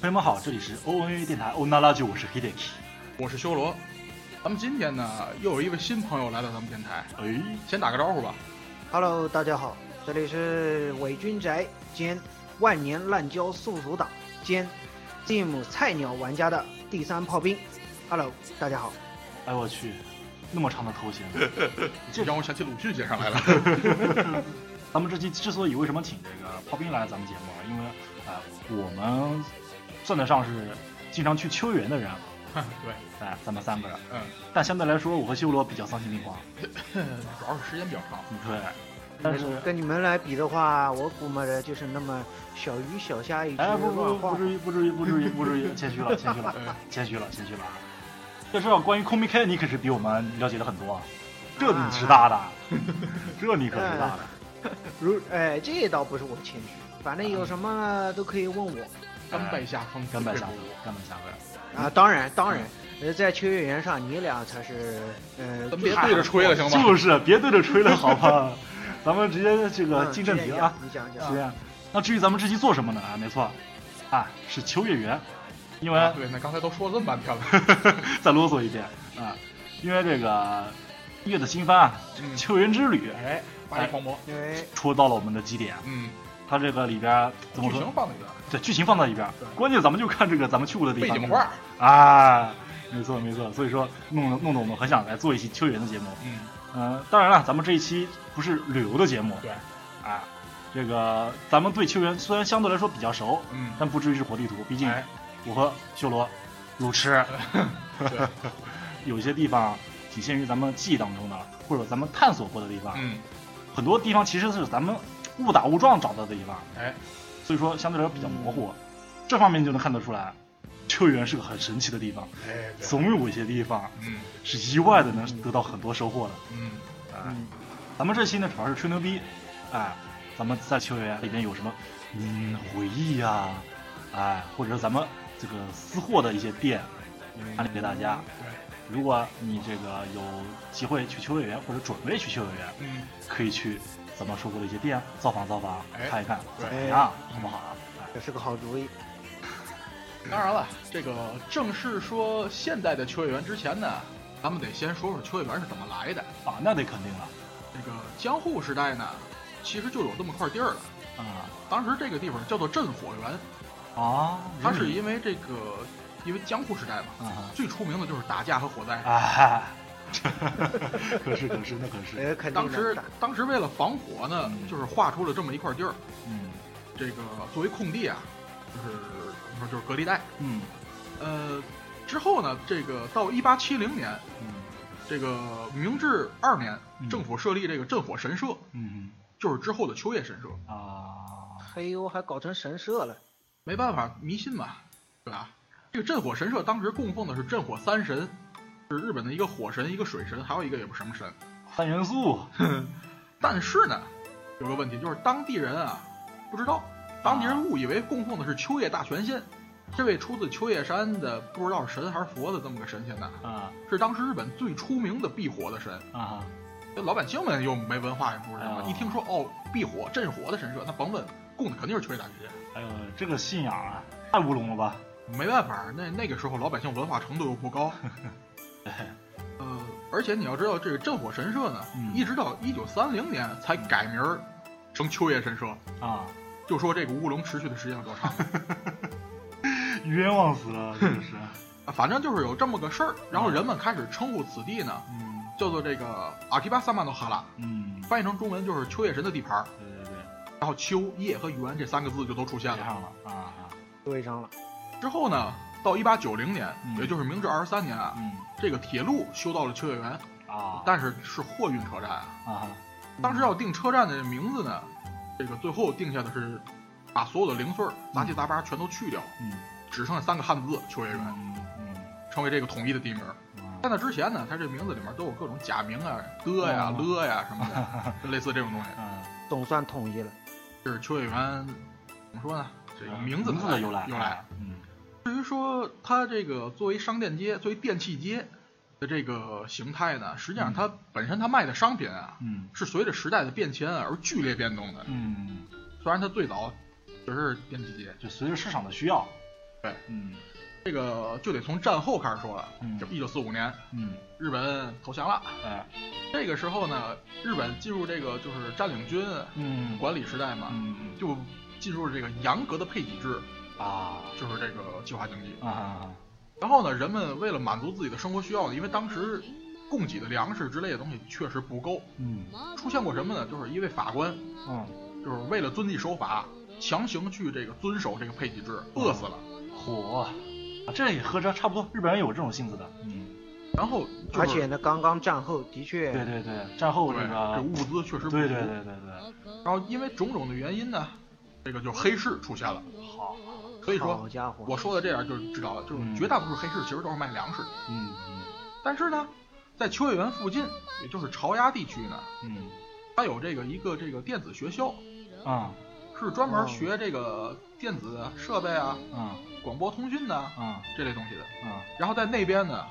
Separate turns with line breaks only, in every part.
朋友们好，这里是 O N A 电台欧娜拉剧，我是 Hideki。
我是修罗。咱们今天呢，又有一位新朋友来到咱们电台，
哎，
先打个招呼吧。
Hello，大家好，这里是伪军宅兼万年滥交速鼠党兼 Steam 菜鸟玩家的第三炮兵。Hello，大家好。
哎我去，那么长的头衔。
这让我想起鲁迅先 生来了。
咱们这期之所以为什么请这个炮兵来咱们节目啊，因为啊、呃我们算得上是经常去秋园的人，啊
对，
哎、咱们三个人。
嗯，
但相对来说，我和修罗比较丧心病狂。
主要是时间比较长。
对，但是
跟你们来比的话，我估摸着就是那么小鱼小虾一只
哎，不不
乱
不
晃。
至于，不至于，不至于，不至于，谦虚了，谦虚了，
嗯，
谦虚了，谦虚了。啊要知道，啊关于空明开，你可是比我们了解的很多啊，这你知道的，啊这你可知道的。
如哎，这倒不是我谦虚，反正有什么都可以问我
甘拜下风，
甘拜下风
这，
甘拜下风。
啊。当然当然，呃，在秋叶原上你俩才是呃
咱们别对着吹了，行吗？啊
就是啊别对着吹了，好 吧？咱们直接这个
嗯
进正题啊，
你讲你讲
是
讲。
这样。那至于咱们这期做什么呢？啊，没错，啊，是秋叶原，因为
啊对，那刚才都说了这么半天了。
再啰嗦一遍啊，因为这个一月的新番啊，
嗯
《秋园之旅》
哎，八一狂魔，
哎，
戳到了我们的基点。
嗯，
它这个里边怎么
剧情
说？
放在这儿，
对，剧情放在一边
对，
关键咱们就看这个咱们去过的地
背
方。
景画。
啊，没错没错。所以说弄得弄得我们很想来做一期秋园的节目。
嗯，
嗯，当然了，咱们这一期不是旅游的节目，
对，
啊，这个咱们对球员虽然相对来说比较熟，
嗯，
但不至于是活地图，毕竟
哎，
我和修罗、鲁痴，
对，
有些地方体现于咱们记忆当中的，或者咱们探索过的地方，
嗯，
很多地方其实是咱们误打误撞找到的地方，
哎，
所以说相对来说比较模
嗯
糊，这方面就能看得出来，球员是个很神奇的地方，
哎，对，
总有一些地方
嗯
是意外的能得到很多收获的。
嗯，
啊
嗯，
咱们这期呢主要是吹牛逼，哎，咱们在球员里边有什么嗯回忆呀、哎，或者是咱们这个私货的一些店，安利给大家。
嗯对，
如果你这个有机会去球员或者准备去球员，
嗯，
可以去咱们说过的一些店造访造访，
哎
看一看
对
怎么样，好不好啊？哎
这是个好主意。
当然了，这个正式说现代的秋叶原之前呢，咱们得先说说秋叶原是怎么来的。
啊，那得肯定了
这个江户时代呢，其实就有这么块地儿了。
啊
当时这个地方叫做镇火园，
啊，
它是
一
因为这个，因为江户时代嘛，
啊
最出名的就是打架和火灾。
啊， 可是可是那可是，
呃，肯定
当
的
时当时为了防火呢，
嗯
就是划出了这么一块地儿，
嗯
这个作为空地啊，就是怎么说就是隔离带。
嗯
呃，之后呢，这个到一八七零年，
嗯
这个明治二年
嗯，
政府设立这个镇火神社，
嗯
就是之后的秋叶神社。
啊。
嘿呦，还搞成神社了。
没办法，迷信嘛，对吧？这个镇火神社当时供奉的是镇火三神，是日本的一个火神、一个水神，还有一个也不是什么神。
三元素，
但是呢，有个问题就是当地人啊不知道，当地人误以为供奉的是秋叶大权仙，这位出自秋叶山的不知道是神还是佛的这么个神仙呢，
啊
是当时日本最出名的避火的神。
啊
这老百姓们又没文化，也不知道
哦
嘛，一听说哦避火镇火的神社，那甭问，供的肯定是秋叶大权仙。
哎呦，这个信仰啊，太乌龙了吧？
没办法，那那个时候老百姓文化程度又不高，呃，而且你要知道，这个镇火神社呢，
嗯
一直到一九三零年才改名儿成秋叶神社。
啊，
就说这个乌龙持续的时间有 多长，
冤枉死了，这个是。
啊反正就是有这么个事儿。然
哦
后人们开始称呼此地呢，
嗯
叫做这个阿基巴萨曼诺哈拉，
嗯，
翻译成中文就是秋叶神的地盘儿。
对对对，
然后秋叶和原这三个字就都出现
接
了。
上了啊啊，
对上了，
之后呢，到一八九零年，
嗯
也就是明治二十三年啊，
嗯
这个铁路修到了秋叶原，
啊，
但是是货运车站啊。
啊
当时要定车站的名字呢，这个最后定下的是把所有的零碎儿杂七杂八全都去掉，
嗯
只剩下三个汉字“秋叶原
嗯”，
成为这个统一的地名。
嗯
在那之前呢，它这名字里面都有各种假名啊、的呀、
哦
了呀什么的， 就类似这种东西。
嗯，
总算统一了。
这是秋叶原，怎么说呢？这个名
嗯
字
名字的由来
由来。，
嗯
至于说它这个作为商店街、作为电器街的这个形态呢，实际上它本身它卖的商品啊，
嗯
是随着时代的变迁而剧烈变动的。
嗯，
虽然它最早只是电器街，
就随着市场的需要，嗯
这个就得从战后开始说了，
嗯
就一九四五年，
嗯，
日本投降了。
哎，
这个时候呢，日本进入这个就是占领军
嗯，
管理时代嘛，
嗯
就进入这个严格的配给制，
啊
就是这个计划经济。
啊，
然后呢，人们为了满足自己的生活需要呢，因为当时供给的粮食之类的东西确实不够，
嗯
出现过什么呢？就是一位法官，
嗯，
就是为了遵纪守法，强行去这个遵守这个配给制，饿死了。
火啊，这也和这差不多，日本人有这种性子的，嗯，
然后、就是，
而且呢，刚刚战后的确
对对对，战后
对
这
这
个，
物资确实不足。
对对对对对，
然后因为种种的原因呢，这个就黑市出现了。
好，
所以
好
说，
家伙，
我说的这样就知道了，就是
嗯
绝大多数黑市其实都是卖粮食的。
嗯嗯
但是呢，在秋叶原附近，也就是潮鸭地区呢，
嗯，
它有这个一个这个电子学校，
啊
是专门
哦
学这个电子设备啊、
啊
广播通讯呐、
啊
这类东西的。
啊，
然后在那边呢，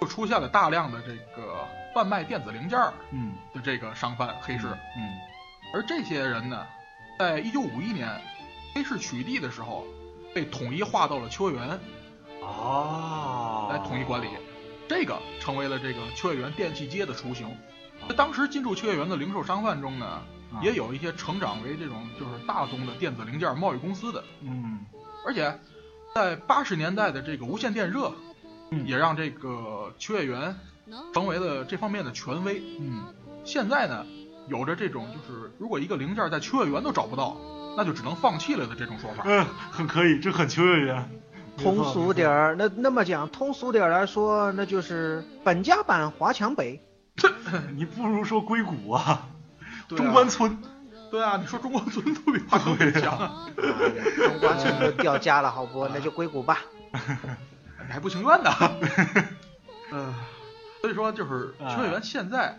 就出现了大量的这个贩卖电子零件儿
嗯，
的这个商贩黑市。
嗯
而这些人呢，在一九五一年黑市取缔的时候，被统一划到了秋叶原
啊，
来统一管理，这个成为了这个秋叶原电器街的雏形。在当时进驻秋叶原的零售商贩中呢，
嗯
也，有一些成长为这种就是大宗的电子零件贸易公司的，
嗯
而且在八十年代的这个无线电热，
嗯
也让这个秋叶原成为了这方面的权威。
嗯
现在呢，有着这种就是如果一个零件在秋叶原都找不到，那就只能放弃了的这种说法。
嗯，很可以，这很秋叶原，
通俗点儿，那那么讲，通俗点儿来说，那就是本家版华强北，
你不如说硅谷啊，
对啊
中关村，
对啊，你说中关村都比华东北强啊，
中关村都掉价了，好不？那就硅谷吧。
你还不 情愿呢。嗯，所以说就是
哎
秋叶原现在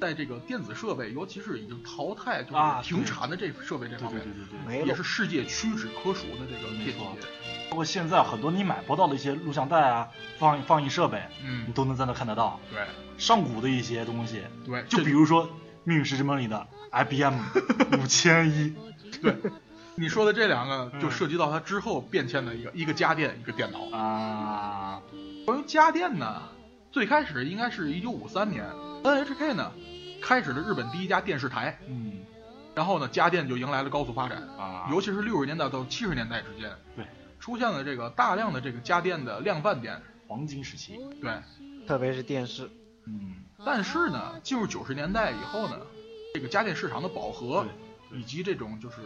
在这个电子设备，尤其是已经淘汰就是
啊
停产的这设备这
对
方
对
面，
对对对。
没
也
了
是，世界屈指可数的这个
没
电器
错
业。
包括现在很多你买不到的一些录像带啊、放放映设备，你
嗯，
都能在那看得到。
对
上古的一些东西，
对，
就
这
比如说《命运石之门》里的 IBM 五千一，
你说的这两个，
嗯
就涉及到它之后变迁的一个一个家电，一个电脑。
啊，
关嗯于家电呢，最开始应该是一九五三年，NHK 呢开始了日本第一家电视台，
嗯
然后呢家电就迎来了高速发展，
啊，
尤其是六十年代到七十年代之间，
对，
出现了这个大量的这个家电的量贩店，
黄金时期，
对。
特别是电视，
嗯，
但是呢，进入九十年代以后呢，这个家电市场的饱和
对，
以及这种就是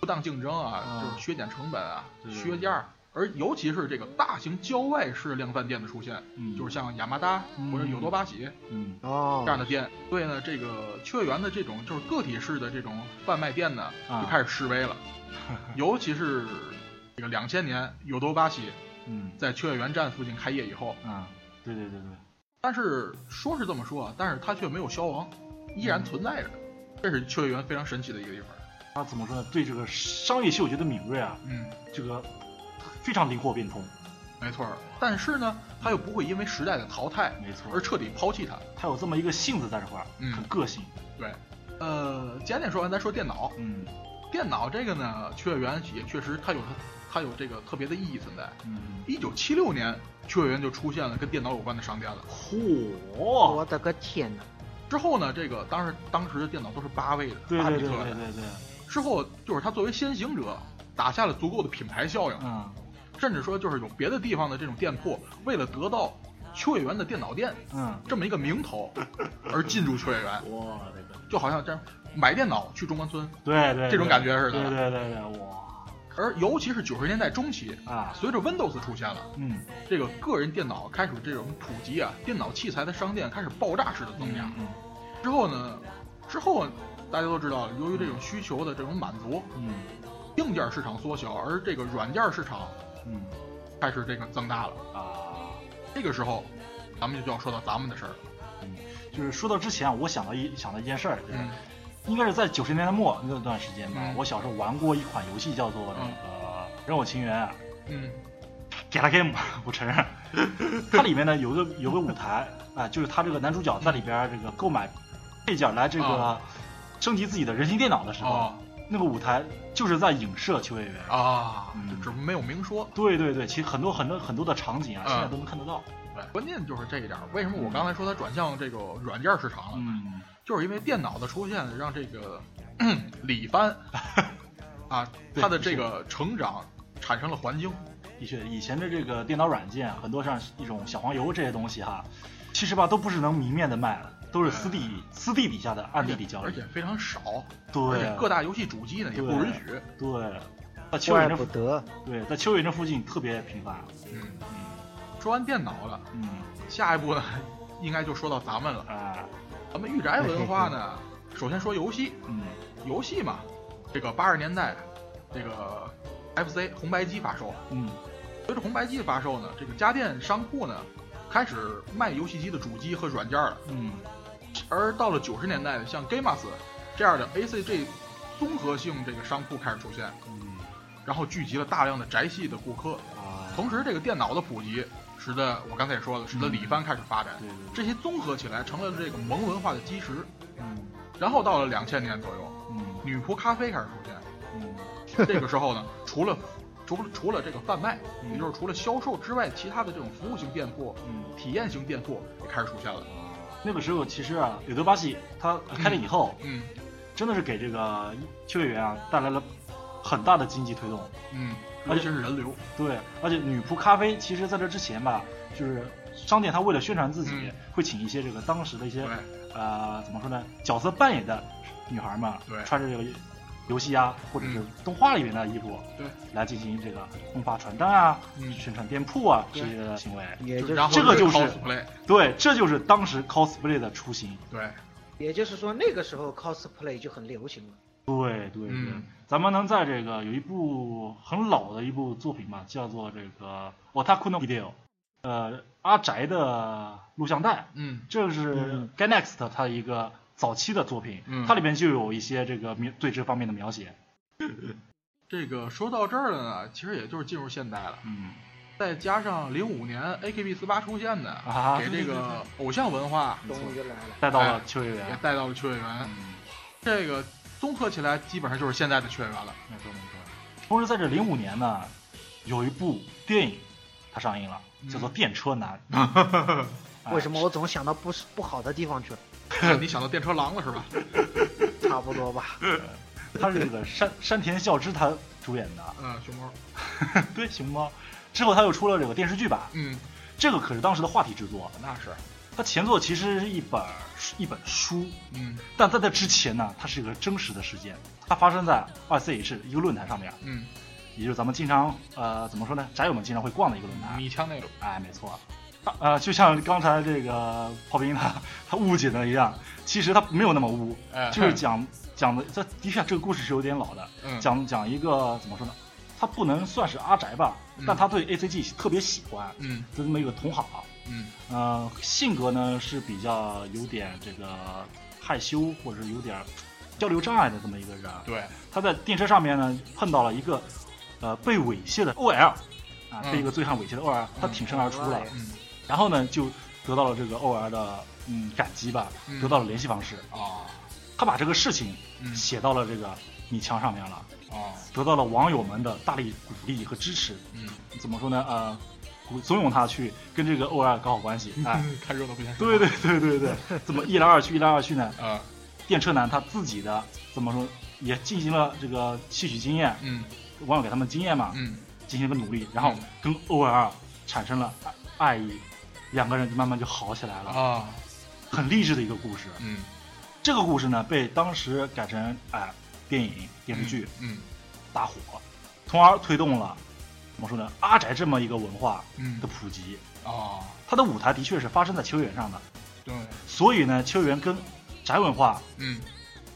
不当竞争啊，
嗯
就是削减成本啊，
对
削价儿。而尤其是这个大型郊外式量贩店的出现，
嗯
就是像雅马达
嗯
或者友多巴喜，
嗯
哦
这，样的店，所以呢，这个雀园的这种就是个体式的这种贩卖店呢，
啊
就开始示威 了。尤其是这个两千年，友多巴喜
嗯
在雀园站附近开业以后，
啊，对对对对，
但是说是这么说啊，但是它却没有消亡，依然存在着。这是雀园非常神奇的一个地方。
他怎么说呢？对这个商业嗅觉的敏锐啊，
嗯，
这个非常灵活变通，
没错儿。但是呢，它又不会因为时代的淘汰
没错
而，彻底抛弃它。
他有这么一个性子在这块儿，
嗯
很个性，
对，呃，简点说完，咱说电脑。
嗯
电脑这个呢，雀园也确实它有它它有这个特别的意义存在。
嗯，
一九七六年，秋叶原就出现了跟电脑有关的商店了。
嚯
我，的个天哪！
之后呢，这个当时当时的电脑都是八位的，
对
八
对
比
对
特
对
的。
对对，
之后就是它作为先行者，打下了足够的品牌效应，
嗯
甚至说就是有别的地方的这种店铺，为了得到秋叶原的电脑店
嗯，
这么一个名头，而进驻秋叶原，
我的个，
就好像这样买电脑去中关村。
对对，
这种
对
感觉似的
对对对对，哇
而尤其是九十年代中期，
啊，
随着 Windows 出现了，
嗯，
这个个人电脑开始这种普及啊，电脑器材的商店开始爆炸式的增加。
嗯
之后呢，之后大家都知道，由于这种需求的这种满足，
嗯
硬件市场缩小，而这个软件市场
嗯
开始这个增大了。
啊，
这个时候，咱们就要说到咱们的事儿。
嗯，就是说到之前，啊我想到一想到一件事儿，就是
嗯
应该是在九十年代末那段时间吧
嗯，
我小时候玩过一款游戏叫做那个《人偶情缘》啊，
嗯，
g a game，我承认。它里面呢有个有个舞台啊，就是他这个男主角在里边儿这个购买配件来这个
啊
升级自己的人形电脑的时候
哦，
那个舞台就是在影射秋叶原。
啊
嗯，
只是没有明说。
对对对，其实很多很多很多的场景啊，
嗯
现在都能看得到。
对，哎关键就是这一点儿。为什么我刚才说它转向这个软件市场了？
嗯，
就是因为电脑的出现，让这个 李 帆啊，
对
他的这个成长产生了环境。
的确，以前的这个电脑软件，很多像一种小黄油这些东西哈，其实吧都不是能明面的卖的，都是私地、私地底下的暗地里交
而
易。
且非常少，而且
对，啊
各大游戏主机呢也不允许。
对，啊在
哦
秋叶
怪
原
不
这
得
对，在秋叶原这附近特别频繁。
嗯，
嗯
说完电脑了，
嗯
下一步呢，应该就说到咱们了。
啊
咱们御宅文 化呢，首先说游戏，
嗯
游戏嘛，这个八十年代，这个 FC 红白机发售，
嗯
随着红白机的发售呢，这个家电商铺呢开始卖游戏机的主机和软件了。
嗯
而到了九十年代，像 Gameus 这样的 ACG 综合性这个商铺开始出现，
嗯
然后聚集了大量的宅系的顾客。
啊，
同时，这个电脑的普及，使得我刚才也说了，使得
嗯
李帆开始发展，
对对对，
这些综合起来成了这个萌文化的基石。
嗯
然后到了两千年左右，
嗯
女仆咖啡开始 出现。
嗯
这个时候呢，除了除了除了这个贩卖，
嗯
也就是除了销售之外，其他的这种服务型店铺、
嗯，
体验型店铺也开始出现了。
那个时候其实啊，柳德巴西它开了以后，
嗯
真的是给这个秋叶原啊带来了很大的经济推动。
嗯，
而
尤
且
其是人流。
对，而且女仆咖啡其实在这之前吧，就是商店它为了宣传自己，
嗯
会请一些这个当时的一些
对，
呃怎么说呢，角色扮演的女孩们，
对嗯
穿着这个游戏啊或者是动画里面的衣服，
对，
来进行这个分发传单啊、
嗯
宣传店铺啊
对
这些的行为。
也就是
然后
这个就是
cosplay，
对，这就是当时 cosplay 的雏形。
对，
也就是说那个时候 cosplay 就很流行了。
对对对，
嗯
咱们能在这个有一部很老的一部作品嘛，叫做这个《Otaku no Video》，呃，阿宅的录像带，
嗯
这个是
嗯
Ganext 它的一个早期的作品，
嗯
它里面就有一些这个描对这方面的描写。，
这个说到这儿了呢，其实也就是进入现代了，
嗯
再加上零五年 AKB 四八出现的，
啊，
给
对对
这
对
个偶像文化
没
终
错
于就来了，
带到了
哎
秋叶
也
原，
带到了秋叶原，
嗯，
这个综合起来基本上就是现在的秋叶原 了。
没错没错。同时在这零五年呢，有一部电影它上映了，叫做《电车男》。哎
为什么我总想到不是不好的地方去了？
你想到电车狼了是吧？
差不多吧。
他是这个山山田孝之他主演的，
嗯，熊猫，
对熊猫。之后他又出了这个电视剧版，
嗯，
这个可是当时的话题之作。
那是，
他前作其实是一本一本书，
嗯
但在这之前呢，它是一个真实的事件，它发生在 2CH 一个论坛上面，
嗯，
也就是咱们经常呃怎么说呢，宅友们经常会逛的一个论坛。
米枪那种，
哎，没错。他呃，就像刚才这个炮兵他 他误解的一样，其实他没有那么污，
哎，
就是讲讲的，这的确这个故事是有点老的，
嗯
讲讲一个怎么说呢？他不能算是阿宅吧，
嗯
但他对 A C G 特别喜欢，
嗯
就这么一个同行。
嗯
呃，性格呢是比较有点这个害羞，或者是有点儿交流障碍的这么一个人。啊
对，
他在电车上面呢碰到了一个呃被猥亵的 O L，啊，
嗯
被一个醉汉猥亵的 O L，他挺身而出了，
嗯
嗯
然后呢就得到了这个 O L 的嗯感激吧，
嗯
得到了联系方式。
啊
他把这个事情
嗯
写到了这个米墙上面了。
啊
得到了网友们的大力鼓励和支持。
嗯，
怎么说呢？呃，鼓怂恿他去跟这个 OL 搞好关系。哎，
看热闹不嫌事儿
对对对对对，怎么一来二去，一来二去呢？
啊
电车男他自己的怎么说，也进行了这个吸取经验，
嗯
网友给他们经验嘛，
嗯
进行了个努力，然后
嗯
跟 OL 产生了爱爱意，两个人就慢慢就好起来了。
啊
很励志的一个故事。
嗯
这个故事呢，被当时改成哎、电影电视剧，
嗯
大火，从而推动了怎么说呢，阿宅这么一个文化
嗯
的普及。
啊
它的舞台的确是发生在秋叶原上的，
对
所以呢，秋叶原跟宅文化
嗯。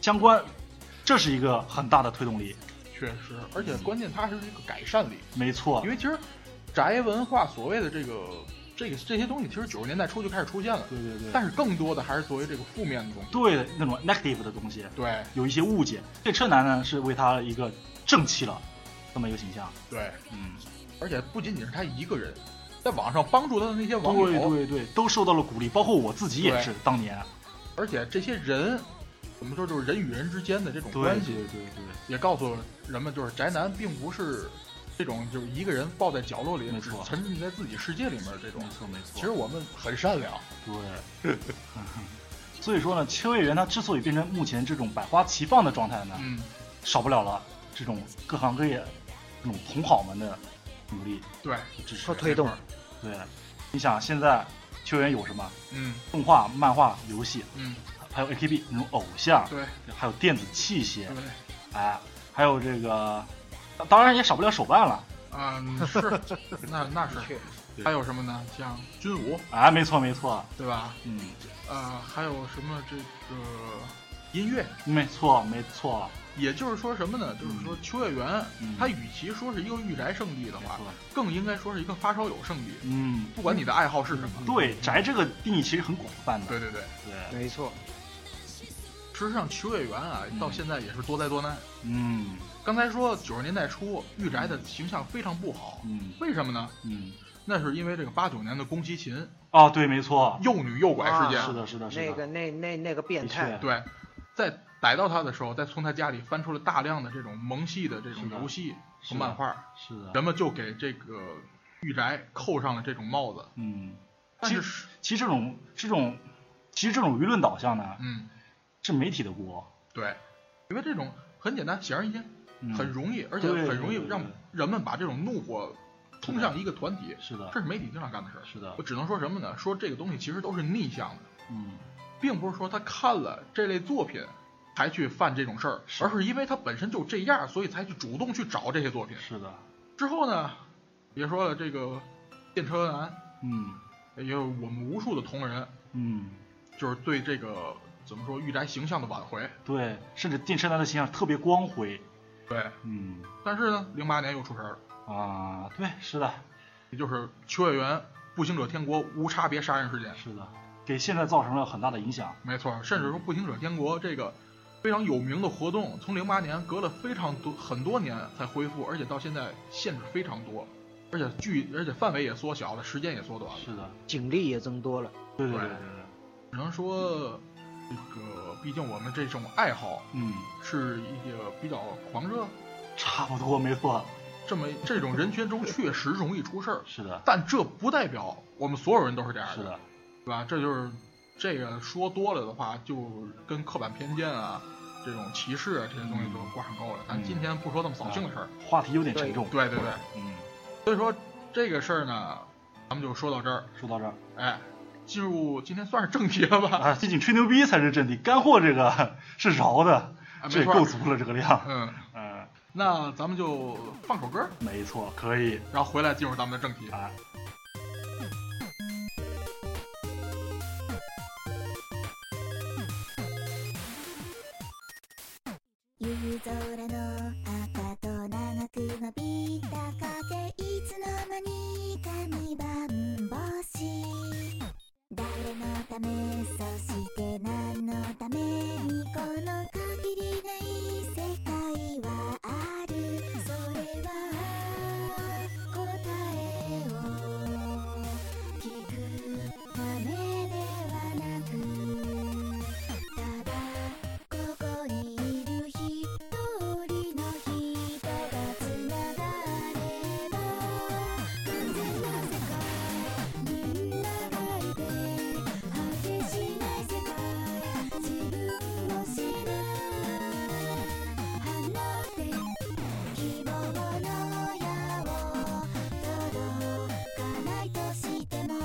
相关，这是一个很大的推动力。
确实，而且关键它是一个改善力，
没错
因，为其实宅文化所谓的这个这个这些东西，其实九十年代初就开始出现了，
对对对，
但是更多的还是作为这个负面的东西。
对的那种 negative 的东西
对
有一些误解。这车男呢是为他一个正气了这么一个形象，
对，
嗯，
而且不仅仅是他一个人，在网上帮助他的那些网友，
对对对，都受到了鼓励，包括我自己也是当年，
而且这些人怎么说，就是人与人之间的这种
对
关
对
系，
对对，
也告诉人们，就是宅男并不是这种就是一个人抱在角落里，
没
只
错
沉浸在自己世界里面这种
没。错没错。啊
其实我们很善良，
对，所以说呢，秋叶原它之所以变成目前这种百花齐放的状态呢，
嗯，
少不了了这种各行各业这种同好们的努力
对，
支持
和。推动
没错
对，你想现在秋叶原有什么
嗯
动画、漫画、游戏，
嗯，
还有 AKB 那种偶像，
对
还有电子器械
对，，
哎，还有这个，当然也少不了手办了。
嗯是，那那是
的。确，
还有什么呢？像军武，
哎，没错没错，
对吧？
嗯，
呃，还有什么这个音乐？
没错没错，
也就是说什么呢？就是说秋叶原，
嗯
它与其说是一个御宅圣地的
没
话，
错，
更应该说是一个发烧友圣地。
嗯，
不管你的爱好是什么，
对，宅这个定义其实很广泛的，
对对对。
对，
没错，
事实上，秋叶原啊，
嗯
到现在也是多灾多难。
嗯
刚才说九十年代初，御宅的形象非常不好，
嗯
为什么呢？
嗯，
那是因为这个八九年的宫崎勤
哦，对，没错，
幼女诱拐事件。
啊是的是的是
那
的，
个那那那个变
的
态，
确
对，在逮到他的时候，再从他家里翻出了大量的这种萌系的这种
是的
游戏
是
和
的
漫画，
是的，
人们就给这个御宅扣上了这种帽子。
嗯，
但
其
是，
其实这种这种，其实这种舆论导向呢，
嗯，
是媒体的锅，
对，因为这种很简单，显而易见，
嗯
很容易，而且
对
很容易
对
让
对
人们把这种怒火冲向一个团体，
是的
这，是媒体经常干的事儿。
是的
我，只能说什么呢？说这个东西其实都是逆向的，
嗯，
并不是说他看了这类作品才去犯这种事儿，
是
而是因为他本身就这样，所以才去主动去找这些作品。
是的，
之后呢，别说了，这个电车男，
嗯
也有我们无数的同人，
嗯，
就是对这个怎么说御宅形象的挽回。
对，甚至电车男的形象特别光辉，
对，
嗯
但是呢，零八年又出事儿了，
啊，对，是的，
也就是秋叶原步行者天国无差别杀人事件。
是的，给现在造成了很大的影响，
没错，甚至说步行者天国这个非常有名的活动，从零八年隔了非常多很多年才恢复，而且到现在限制非常多，而且距而且范围也缩小了，时间也缩短了。
是的，
警力也增多了。
对对
对
对对对，
只能说，这个毕竟我们这种爱好
嗯，
是一个比较狂热，
差不多，没错，
这么这种人群中确实容易出事儿，
是的，
但这不代表我们所有人都是这样
是的，
对吧？这就是这个说多了的话，就跟刻板偏见啊、这种歧视啊这些东西都挂上钩了。咱
嗯
今天不说这么扫兴的事儿，
话题有点沉重，
对对对。
嗯，
所以说这个事儿呢，咱们就说到这儿。
说到这儿。
哎，进入今天算是正题了吧？
啊，最近吹牛逼才是真的，干货这个是饶的，
啊，
这
没
也
错
够
儿。
足了这个量。
嗯，
嗯，
那咱们就放首歌，
没错，可以
然后回来进入咱们的正题。
啊。
夕空の赤と長く伸びた影いつの間にか二番星誰のためそして何のためにこの限りない世界はあるそれは答えを聞くためではなくただここにいる一人の人がつながれば完全な世界みんながいて果てしない世界自分を知る花って希望の矢を届かないとしても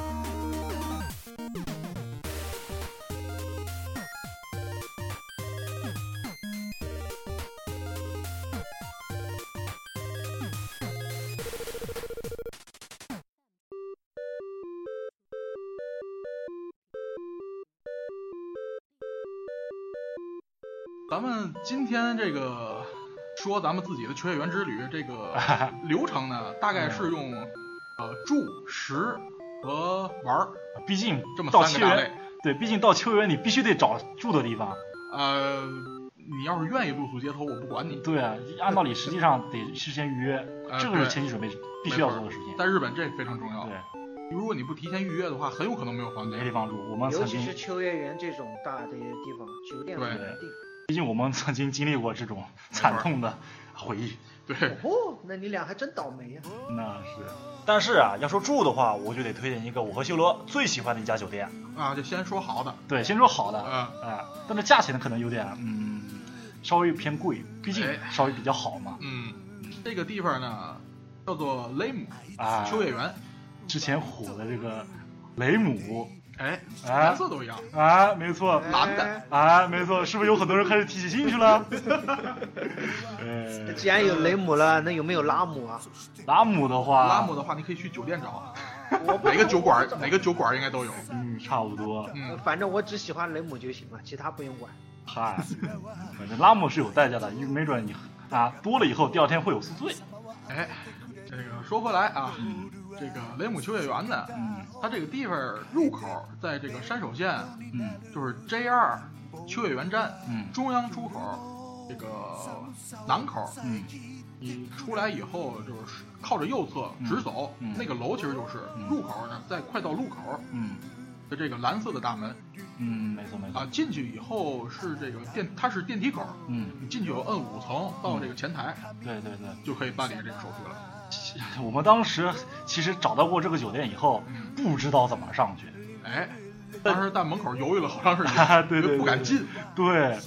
咱们今天这个说咱们自己的秋叶原之旅，这个
啊
流程呢，大概是用
嗯
呃住、食和玩儿
毕竟
这么
到
三
秋
个大类
园，。对，毕竟到秋园你必须得找住的地方。
呃，你要是愿意露宿街头，我不管你。
对啊，按道理实际上得事先预约，
呃
这个是
对
前期准备必须要
没错
做的事情。
在日本这非常重要。
对，哎
如果你不提前预约的话，很有可能没有房
没地
间。
方住，我们
尤
曾
其
经
是秋叶原这种大的地方，酒店
对
很难订。
毕竟我们曾经经历过这种惨痛的回忆。
对，
哦，那你俩还真倒霉啊 呀、
那是，但是啊，要说住的话，我就得推荐一个我和修罗最喜欢的一家酒店。
啊，就先说好的，
对，先说好的，
啊，
啊，但是价钱呢可能有点，嗯，稍微偏贵，毕竟
哎
稍微比较好嘛。
嗯，这个地方呢叫做雷姆
啊，
秋叶原，
之前火的这个雷姆，
哎，
啊
颜色都一样，
啊，没错，
男的
哎
啊，没错，是不是有很多人开始提起兴趣了？
那
呃，
既然有雷姆了，那有没有拉姆啊？
拉姆的话，
拉姆的话，你可以去酒店找，啊
我 不
哪个酒馆哪个酒馆应该都有。
嗯，差不多。
呃
嗯，
反正我只喜欢雷姆就行了，其他不用管。
嗨，反正拉姆是有代价的，因为没准你啊多了以后，第二天会有宿醉。
哎，这个说回来啊，这个雷姆秋叶原呢，
嗯
它这个地方入口在这个山手线，
嗯
就是 JR 秋叶原站
嗯
中央出口这个南口，
嗯
你出来以后就是靠着右侧
嗯
直走，
嗯
那个楼其实就是
嗯
入口呢，在快到路口
嗯
的这个蓝色的大门
嗯，没错没错
啊，。进去以后是这个电，它是电梯口，
嗯，
你进去以后摁五层到这个前台
对对对，
就可以办理这个手续了。
我们当时其实找到过这个酒店以后，
嗯，
不知道怎么上去。
哎，当时在门口犹豫了好长时
啊
间，
对对
因为不敢进。
对，啊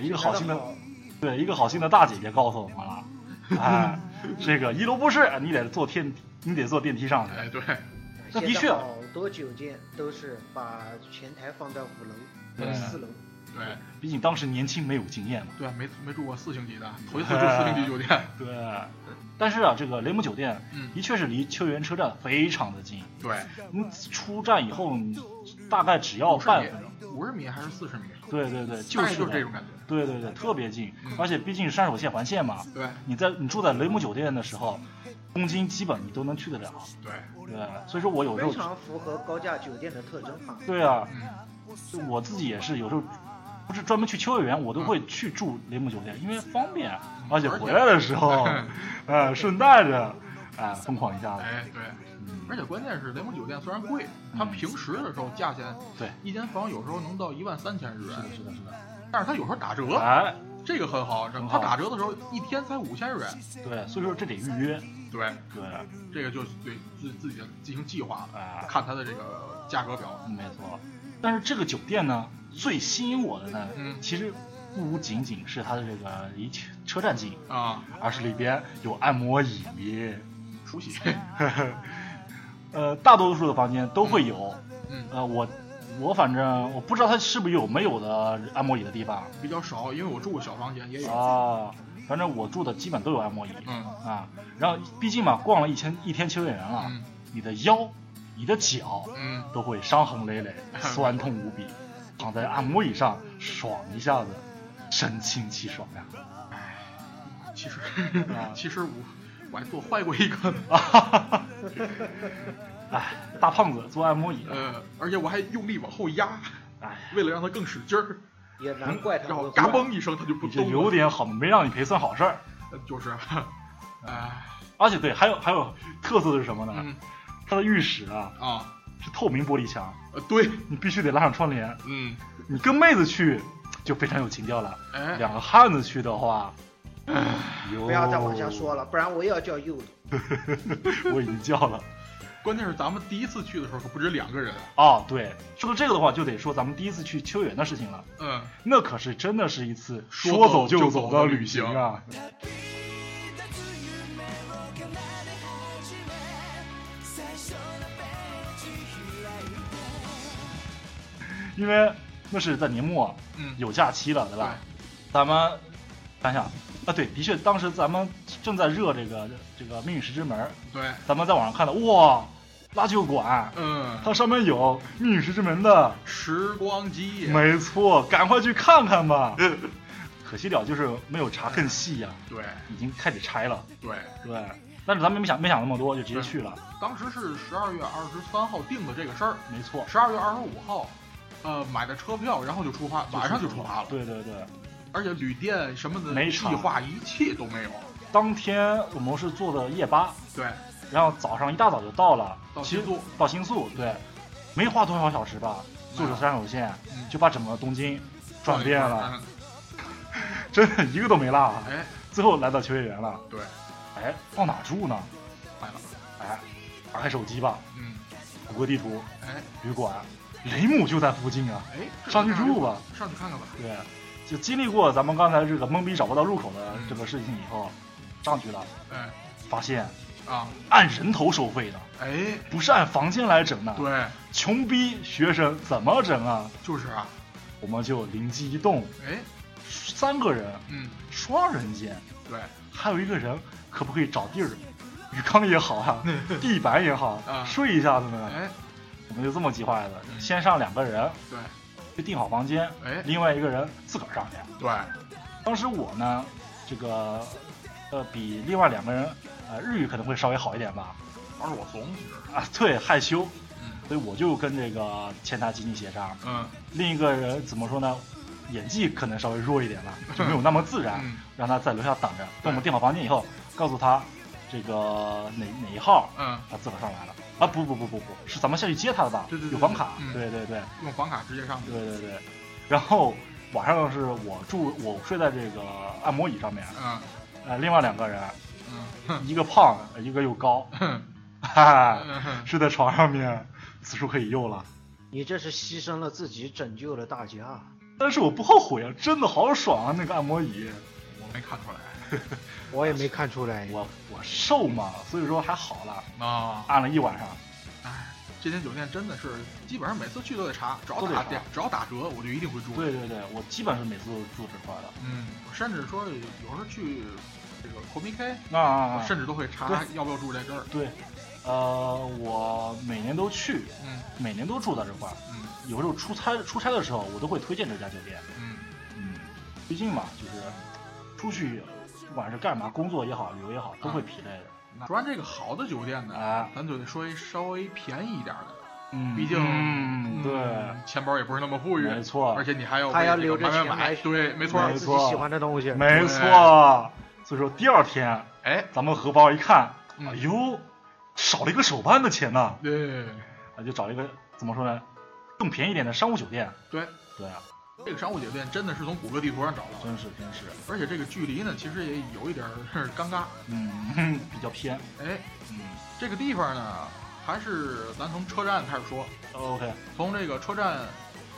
一个好心的，对一个好心的大姐姐告诉我们 了，哎，这个一楼不是，你得坐电，你得坐电梯上去。
哎，对，
那
现
的
在
确啊
好多酒店都是把前台放在五楼或者
对
四楼，
对，
毕竟当时年轻没有经验嘛。
对，没没住过四星级的，头一次住四星级酒店。
对，但是啊，这个雷姆酒店
嗯，
的确是离秋园车站非常的近，
对，
你出站以后，你大概只要
五十
哦半分钟。
米，五十米还是四十米，
对对对，
大
就
概
是
就是
的
这种感觉。
对对对，特别近
嗯，
而且毕竟山手线环线嘛，
对
你在你住在雷姆酒店的时候，东京基本你都能去得了。
对，
对，所以说我有时
非
候，
常符合高价酒店的特征哈。
对啊，
嗯，
就我自己也是有时候，不是专门去秋叶原，我都会去住雷姆酒店，因为方便，啊而且回来的时 候，呃，顺带着，哎，疯狂一下子。
哎，对，而
嗯，
且关键是雷蒙酒店虽然贵，它
嗯
平时的时候价钱，
对，
一间房有时候能到一万三千日
是的，
元，
是的，是的。
但是它有时候打折，
哎，
这个很好，
很好
它打折的时候一天才五千日元。
对，所以说这得预约。
对，
对，
这个就对自自己进行计划了，
哎，
看它的这个价格表。
没错。但是这个酒店呢，最吸引我的呢，
嗯
其实不仅仅是它的这个离车车站近，
啊，
而是里边有按摩椅。
熟悉。
呃，大多数的房间都会有。
嗯，
呃，我我反正我不知道它是不是有没有的按摩椅的地方
比较少，因为我住过小房间也有。
啊。反正我住的基本都有按摩椅
嗯
啊。然后毕竟嘛，逛了一千一天秋叶原了，
嗯
你的腰、你的脚
嗯，
都会伤痕累累、 酸痛无比，躺在按摩椅上爽一下子，神清气爽呀！
其实
啊
其实我我还做坏过一个呢，
哎，大胖子坐按摩椅，
呃，而且我还用力往后压，
哎，
为了让它更使劲儿，
也难怪他
然后
们
嗯嘎嘣一声它就不
你这
动了。
有点好，没让你赔算好事儿。
呃就是，哎，
而且对，还有还有特色的是什么呢？
嗯
它的浴室啊
啊，
是透明玻璃墙，
呃，对，
你必须得拉上窗帘。
嗯，
你跟妹子去就非常有情调了，
哎，
两个汉子去的话，
不
不
要再往下说，了，不然我又要叫柚子。
我已经叫了。
关键是咱们第一次去的时候可不止两个人，
哦，对，说到这个的话，就得说咱们第一次去秋园的事情了。
嗯，
那可是真的是一次
说
说
走
走
就
就走
走的
的
旅
旅
行
行啊！因为那是在年末
嗯，
有假期了，对吧？
对
咱们想想啊，对，的确，当时咱们正在热这个这个《命运石之门》，
对，
咱们在网上看到，哇，拉酒馆，
嗯，
它上面有《命运石之门》的
时光机，
没错，赶快去看看 吧。可惜了，就是没有查更细呀、
对
已经开始拆了。
对，
对，但是咱们没想没想那么多，就直接去了。
当时是十二月二十三号定的这个事儿，
没错，
十二月二十五号。呃，买的车票，然后就出发，马上就出发了，
对对对，
而且旅店什么的
没
计
场
划一切都没有。
当天我们是坐的夜巴，
对，
然后早上一大早就到了，
到
其
新
实
宿，
到新宿，对，没花多少小时吧，坐着山手线
嗯
就把整个东京转
一
遍
圈
了，
嗯
真的一个都没落啊。
哎，
最后来到秋叶原了，
对，
哎，到哪住呢？
买了，
哎，打开手机吧，
嗯，
谷歌地图，
哎
旅馆，雷姆就在附近啊，
哎，这
上去住吧。
上去看看吧，
对，就经历过咱们刚才这个懵逼找不到入口的
嗯
这个事情以后，上去了，
哎
发现
啊，
按人头收费的，
哎，
不是按房间来整的。，
对，
穷逼学生怎么整啊？
就是啊，
我们就灵机一动，
哎，
三个人
嗯，
双人间，
对，
还有一个人可不可以找地儿，浴缸也好 啊，地板也好
啊，
睡一下子呢？
哎，
我们就这么计划的，
嗯
先上两个人
对，
就订好房间，
哎，
另外一个人自个儿上去。
对，
当时我呢，这个呃比另外两个人呃日语可能会稍微好一点吧，
而我怂，其实，
啊对害羞，
嗯
所以我就跟这个前台经理协商，
嗯
另一个人怎么说呢，演技可能稍微弱一点吧，就没有那么自然，
嗯
让他在楼下等着。等我们
对
订好房间以后，告诉他这个哪哪一号，
嗯，
他自个儿上来了。啊不不不不不，是咱们下去接他的吧？
对对对
有房卡，
嗯
对对对
用房卡直接上去，
对对对。然后晚上是我住我睡在这个按摩椅上面，
嗯
呃，另外两个人，
嗯
一个胖，一个又高，
哼，
哈哈，
嗯
睡在床上面，此处可以用了。
你这是牺牲了自己，拯救了大家。啊
但是我不后悔啊，真的好爽啊！那个按摩椅，
我没看出来
我也没看出来，
我我瘦嘛，所以说还好了，
啊，
按了一晚上。
哎，这间酒店真的是，基本上每次去都得查，只要
都得
打
查
点，只要打折，我就一定会住。
对，对对，我基本是每次都住这块的。
嗯，我甚至说有时候去这个 k o m i K，
那、
我甚至都会查
啊对
要不要住在这儿。
对，呃，我每年都去，
嗯
每年都住在这块儿。
嗯
有时候出差出差的时候，我都会推荐这家酒店。
嗯，
嗯，毕竟嘛，就是出去不管是干嘛，工作也好，旅游也好，都会疲累的
那说完这个好的酒店呢，
啊。
咱就得说一稍微便宜一点的，
嗯，
毕竟
嗯，
嗯
对，
钱包也不是那么富裕，
没错
而且你还要
还
为
要
这个
留着
买买
钱
买，
来
对，没错
买
儿
没。
自己
错
喜欢的东西。
没错。所以说第二天，
哎，
咱们荷包一看，
嗯
哎呦，少了一个手办的钱呐，
对
啊，就找了一个怎么说呢，更便宜一点的商务酒店。
对，
对啊，
这个商务酒店真的是从谷歌地图上找到的，
真是真是，
而且这个距离呢，其实也有一点儿 尴尬。
嗯， 比较偏，
哎，
嗯
这个地方呢，还是咱从车站开始说，
哦，OK，
从这个车站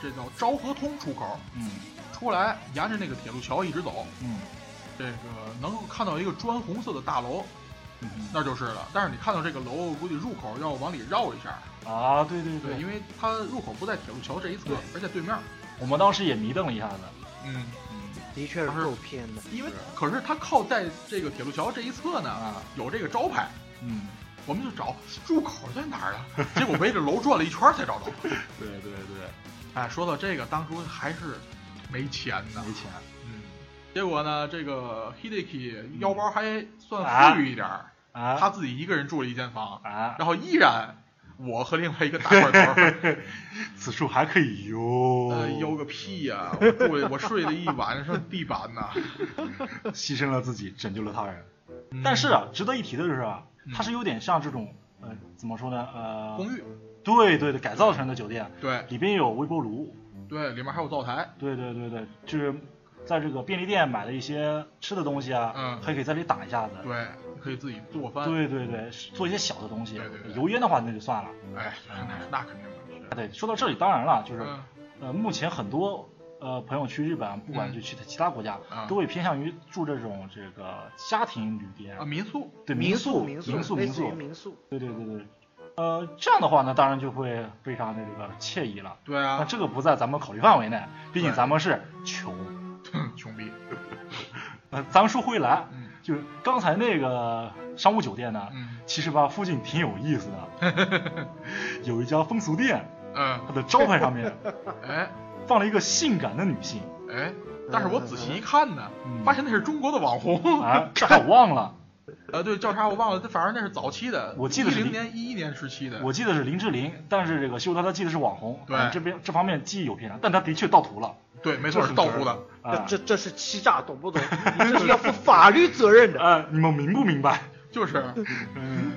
这叫昭和通出口
嗯
出来，沿着那个铁路桥一直走，
嗯
这个能够看到一个砖红色的大楼，
嗯嗯
那就是了。但是你看到这个楼，估计入口要往里绕一下，
啊，对对
对，
对，
因为它入口不在铁路桥这一侧
对，
而且对面，
我们当时也迷瞪了一下子，
嗯，
嗯
的确是
不是
够偏的。
因为可是它靠在这个铁路桥这一侧呢，
啊，
有这个招牌。
嗯，
我们就找入口在哪 儿啊？结果围着楼转了一圈儿才找到。
对对对，
哎，说到这个，当初还是没钱呢。
没钱，
嗯，结果呢，这个 Hideki 腰包还算富裕一点儿，
啊，
他自己一个人住了一间房，
啊，
然后依然我和另外一 个大块头儿，
此处还可以哟，
呃，悠个屁呀、
哦
我住了我睡了一晚上地板呐。
牺牲了自己，拯救了他人。但是啊，值得一提的就是啊，它是有点像这种呃，怎么说呢？呃，
公寓，
对对对，改造成的酒店，
对
里边有微波炉，
对，里面还有灶台，
对对对对，就是在这个便利店买了一些吃的东西啊，
嗯
还可以在这里打一下子。
对，可以自己做饭，
对对对做一些小的东西。
对对对
油烟的话那就算了。
哎，那那肯定的，
啊对，说到这里，当然了，就是、
嗯
呃，目前很多呃朋友去日本，不管
嗯
就去其他国家，
啊
都会偏向于住这种这个家庭旅店，
啊，民宿，
对
民
宿
民
民
宿，
宿
类
民
似于
宿，
民宿。
对对对对。呃，这样的话呢，当然就会非常的这个惬意了。
对
那
啊，
这个不在咱们考虑范围内，毕竟
对
咱们是穷。
穷逼，
呃，咱们说回来，
嗯
就是刚才那个商务酒店呢，
嗯
其实吧附近挺有意思的， 有一家风俗店，
嗯
它，的招牌上 面
哎。
放了一个性感的女 性，
哎，但是我仔细一看呢，
嗯
发现那是中国的网红。
啊，这还我忘了，
呃，对，叫啥我忘了，反正那是早期的，
我记得
一
是
零年、一一年时期的。
我记得是林志玲，但是这个秀她她记得是网红，
嗯对
啊这边这方面记忆有偏差，但她的确盗图了，
对，没错，是盗图的。
啊，
这这这是欺诈，懂 不懂？你这是要负法律责任的。
啊，你们明不明白？
就是，
嗯，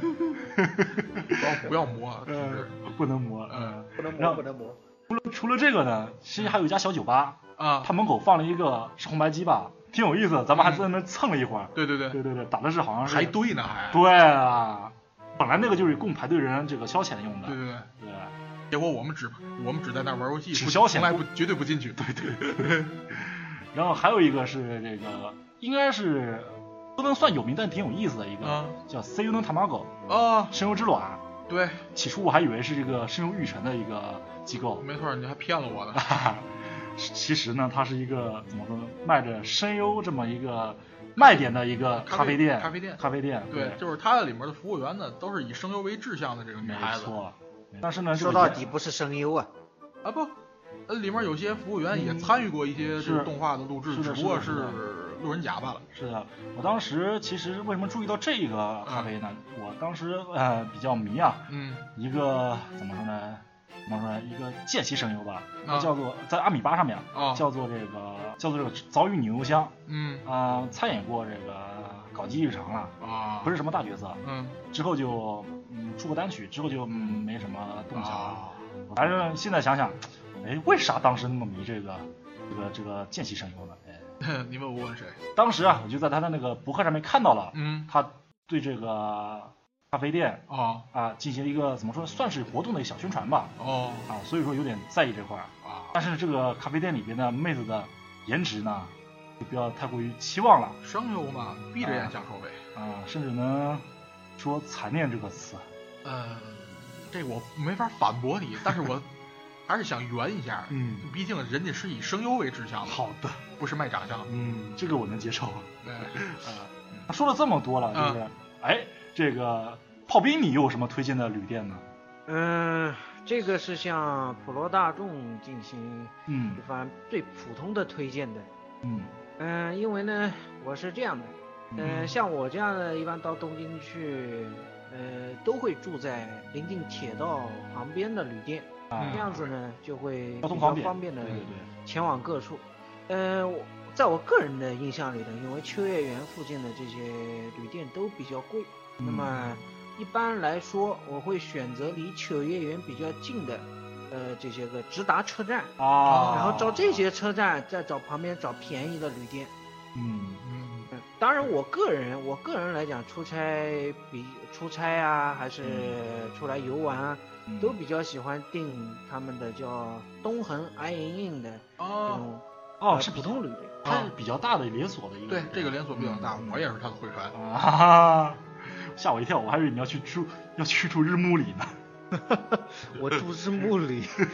不要不要磨，就
呃
是，
不能磨，
嗯
嗯，
不能
让
磨，不能磨。
除了除了这个呢，其实还有一家小酒吧，
啊
它，门口放了一个是红白机吧，挺有意思的，咱们还在那蹭了一会儿。
对对对，
对对对，打的是好像是
嗯排队呢还。
对啊，本来那个就是供排队人这个消遣用的
对。对对，
对，
结果我们只我们只在那玩游戏，
只
不
消遣
从来不绝对不进去。对对，
然后还有一个是这个，应该是不能算有名，但挺有意思的一个，
啊
叫 C U N Tamago
啊，
深游之卵。
对，
起初我还以为是这个深入玉城的一个机构，
没错，你还骗了我 呢。
哈哈，其实呢，它是一个怎么说呢，卖着深优这么一个卖点的一个
咖啡
啡店，
咖啡店
咖啡店，
对，就是它里面的服务员呢，都是以声优为志向的这个女
没
孩子嗯
错。但是呢，
说
就
到
也
底不是声优啊，
啊，不，呃，里面有些服务员也
嗯
参与过一些这
是
个动画的录制，
是的
只不过
是的是
路人甲罢了。
是的，我当时其实为什么注意到这个咖啡呢？
嗯
我当时呃比较迷啊，
嗯，
一个怎么说呢？怎么说呢？一个见习声优吧，
嗯
啊
叫做在阿米巴
哦
上面、
啊，
叫做这个叫做这个早与女幽香
嗯
啊、参演过这个搞基日常了，
啊，
不是，什么大角色，
嗯
之后就嗯出过单曲，之后就嗯没什么动静了。
哦
啊，
反正现在想想，哎，为啥当时那么迷这个这个这个见习声优呢？哎，
呃你问我问谁？
当时啊，我就在他的那个博客上面看到了，
嗯
他对这个咖啡店
啊
啊进行一个怎么说，算是活动的一个小宣传吧
哦
啊，所以说有点在意这块儿。
啊，
但是这个咖啡店里边的妹子的颜值呢，就不要太过于期望了
声优嘛，闭着眼享受呗。
啊，甚至呢说残念这个词。
呃，这个我没法反驳你，但是 我还是想圆一下，
嗯
毕竟人家是以声优为志向的，
好的，
不是卖长 相的。
嗯，这个我能接受。
哎
啊，说了这么多了，就是，哎，这个炮兵，你有什么推荐的旅店呢？
嗯、这个是向普罗大众进行
嗯
一番最普通的推荐的。
嗯
嗯、因为呢，我是这样的，嗯、
嗯
像我这样的，一般到东京去，呃，都会住在临近铁道旁边的旅店，
啊
这样子呢就会比
交通
较
方便
嗯方便的
对对
前往各处。呃，我在我个人的印象里呢，因为秋叶原附近的这些旅店都比较贵，
嗯
那么一般来说，我会选择离秋叶原比较近的，呃，这些个直达车站，
对啊，
然后找这，些车站，再找旁边找便宜的旅店。
嗯
嗯
嗯，当然，我个人我个人来讲，出差比出差啊，还是出来游玩啊，
嗯
都比较喜欢订他们的叫东恒 i n in 的这
啊，
种
哦
呃
是
普
比
通旅店。
它哦是比较大的连锁的一个
对
旅，店，
这个连锁比较大，
嗯
我也是他的会员。
啊 哈哈，吓我一跳，我还以为你要去住要去住日暮里呢。
我住日暮里，
嗯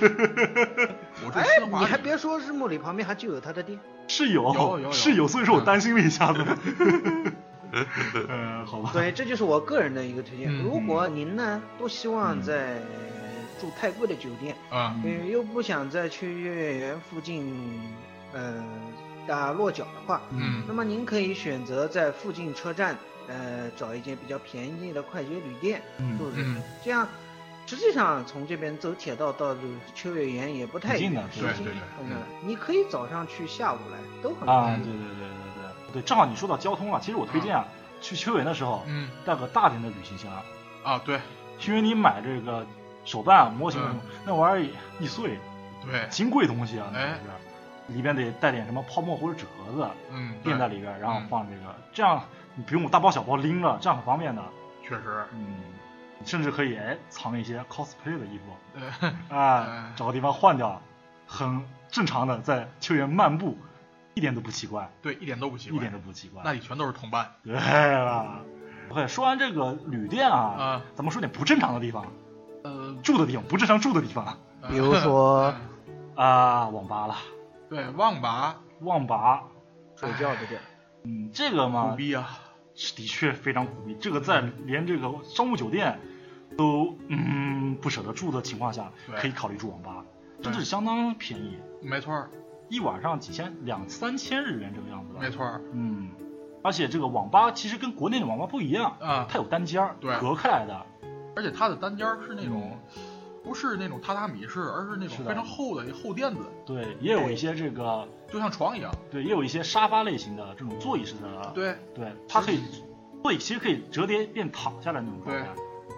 我
哎
住新华
你
里，
还别说，日暮里旁边还就有他的 店。
是有
有有嗯
是
有
有，所以说我
嗯
担心了一下子。 呃，好吧，
对，这就是我个人的一个推荐。
嗯
如果您呢不希望在住太贵的酒店，
嗯
嗯
嗯，又不想再去月月园附近，呃，打落脚的话，
嗯
那么您可以选择在附近车站，呃，找一间比较便宜的快捷旅店
嗯
住着。
嗯，
这样，实际上从这边走铁道到秋叶原也不太
挺近
远，
的，
对对对，
嗯
嗯，
你可以早上去，下午来，都很
啊，
便
对
宜。
对对对对对，正好你说到交通了，其实我推荐啊，去秋园的时候
嗯
带个大点的旅行箱，
啊，对
因为你买这个手办、啊模型什
嗯
么，那玩意儿易碎，
对，
金贵东西啊，那
哎
是，里边得带点什么泡沫或者纸盒子
嗯，对
垫在里边，然后放这个，这样你不用大包小包拎了，这样很方便的，
确实，
嗯。甚至可以哎藏一些 cosplay 的衣服，
呃
哎，找个地方换掉，很正常的在秋园漫步，一点都不奇怪，
对，一点都不奇怪，
一点都不奇怪。
那里全都是同伴
对了。OK，说完这个旅店啊，
啊，
咱们说点不正常的地方，
呃，
住的地方，不正常住的地方
呃
比 如说
啊，网吧了，
对，旺吧，
网吧，
睡觉的地儿。
嗯，这个
苦
嘛，
逼啊，
是的确非常苦逼，这个在连这个商务酒店都嗯不舍得住的情况下，
对
可以考虑住网吧，
对
甚至相当便宜，
没错儿，
一晚上几千、两三千日元这个样子吧，
没错儿，啊
嗯，而且这个网吧其实跟国内的网吧不一样，
啊，
它有单间儿
对
隔开来的，
而且它的单间儿是那种，不是那种榻榻米式，而是那
是
种
的
非常厚的一个厚垫子，
对，也有一些这个。
就像床一样，
对，也有一些沙发类型的这种座椅式的，
对，
对，它可以座椅其实可以折叠变躺下来那种状态，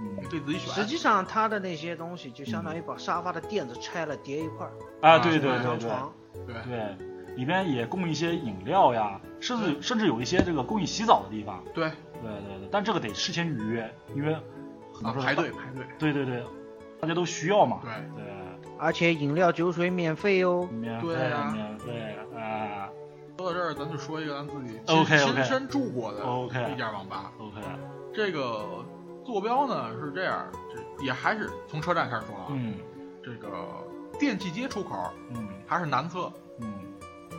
你
嗯
可以自己
实
选，
际上，它的那些东西就相当于把沙发的垫子拆了叠一块儿，
啊，对
是
对
吧
对
当
对
床。
对，啊
对，里边也供一些饮料呀，甚至甚至有一些这个供你洗澡的地方。
嗯对，
对对对，但这个得事先预约，因为很多
啊
时候
排队。排队，
对对对，大家都需要嘛。
对，
对，
而且饮料酒水免费哦。
免费
对啊
免费啊
说到这儿，咱就说一个咱自己亲
OK，OK
亲身住过的一
，OK
家网吧。
OK，
这个坐标呢是这样，这也还是从车站开始说啊。
嗯
这个电器街出口
嗯
还是南侧，
嗯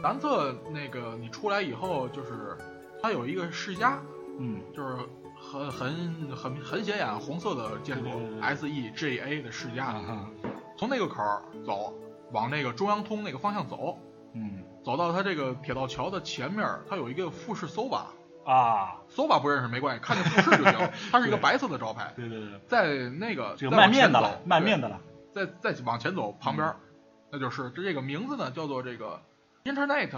南侧那个你出来以后就是它有一个世家，
嗯
就是很很很很显眼红色的建筑
对对对对
S E G A 的世家，
啊
从那个口儿走往那个中央通那个方向走，
嗯
走到它这个铁道桥的前面儿，它有一个富士 SOBA。
啊，
SOBA 不认识没关系，看见富士就 行。它是一个白色的招牌，
对对对，
在那个
这个
再
卖
往
面
前
的
走
了，卖面嗯的了。
再再往前走，旁边儿，那就是这这个名字呢，叫做这个 Internet，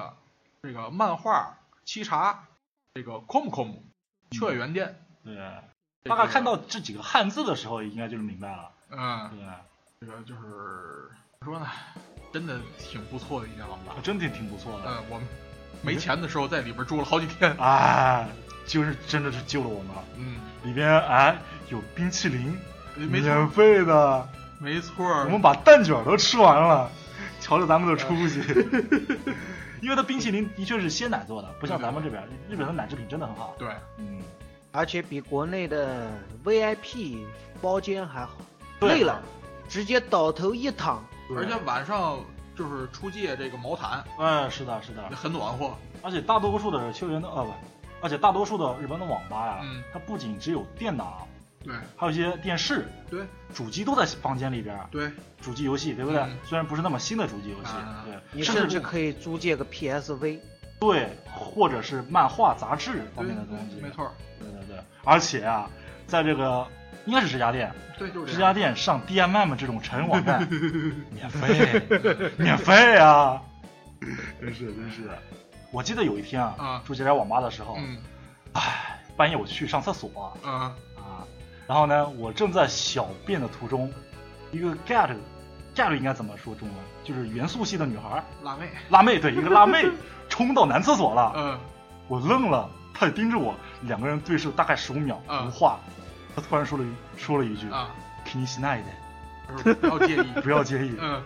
这个漫画沏茶，这个 comcom 雀园店。
对，
这
嗯大概
个
看到这几个汉字的时候，应该就是明白了。
嗯，
对，
这个就是怎么说呢，真的挺不错的一家网吧
啊。真挺挺不错的。
嗯，我们没钱的时候在里边住了好几天。
哎，就是真的是救了我们了。啊
嗯，
里边哎有冰淇淋，
没
免
错，
费的，
没错。
嗯我们把蛋卷都吃完了，瞧着咱们的出 息。因为它冰淇淋的确是鲜奶做的，不像咱们这边，日本的奶制品真的很好。
对，
嗯，
而且比国内的 VIP 包间还好，
对啊
累了直接倒头一躺。
对
而且晚上就是出借这个毛毯，
哎，是的，是的，
很暖和。
而且大多数的休闲的呃不，而且大多数的日本的网吧呀，
嗯
它不仅只有电脑，
对
还有一些电视、
对
主机都在房间里边儿，
对，
主机游戏对不对？
嗯
虽然不是那么新的主机游戏，
啊
对，
你甚至
不
可以租借个 PSV，
对，或者是漫画、杂志方
对
面的东西，
对嗯没，错，
对对对。而且啊，在这个应该是这家店，
对就是啊
这
这
家
样。
店上 DMM 这种成人网 站，免费，免费啊！真是真是，我记得有一天啊
啊，
住这家网吧的时候，
嗯
半夜我去上厕所
嗯。
啊，然后呢，我正在小便的途中，一个 get get 应该怎么说中文？就是元素系的女孩，
辣妹，
辣妹，对，一个 辣妹冲到男厕所了，
嗯，
我愣了，他也盯着我，两个人对视大概十五秒，
嗯
无话。他突然说了一说了一句
啊，
k i n i s n i d
就是不要介意，
不要介意，
嗯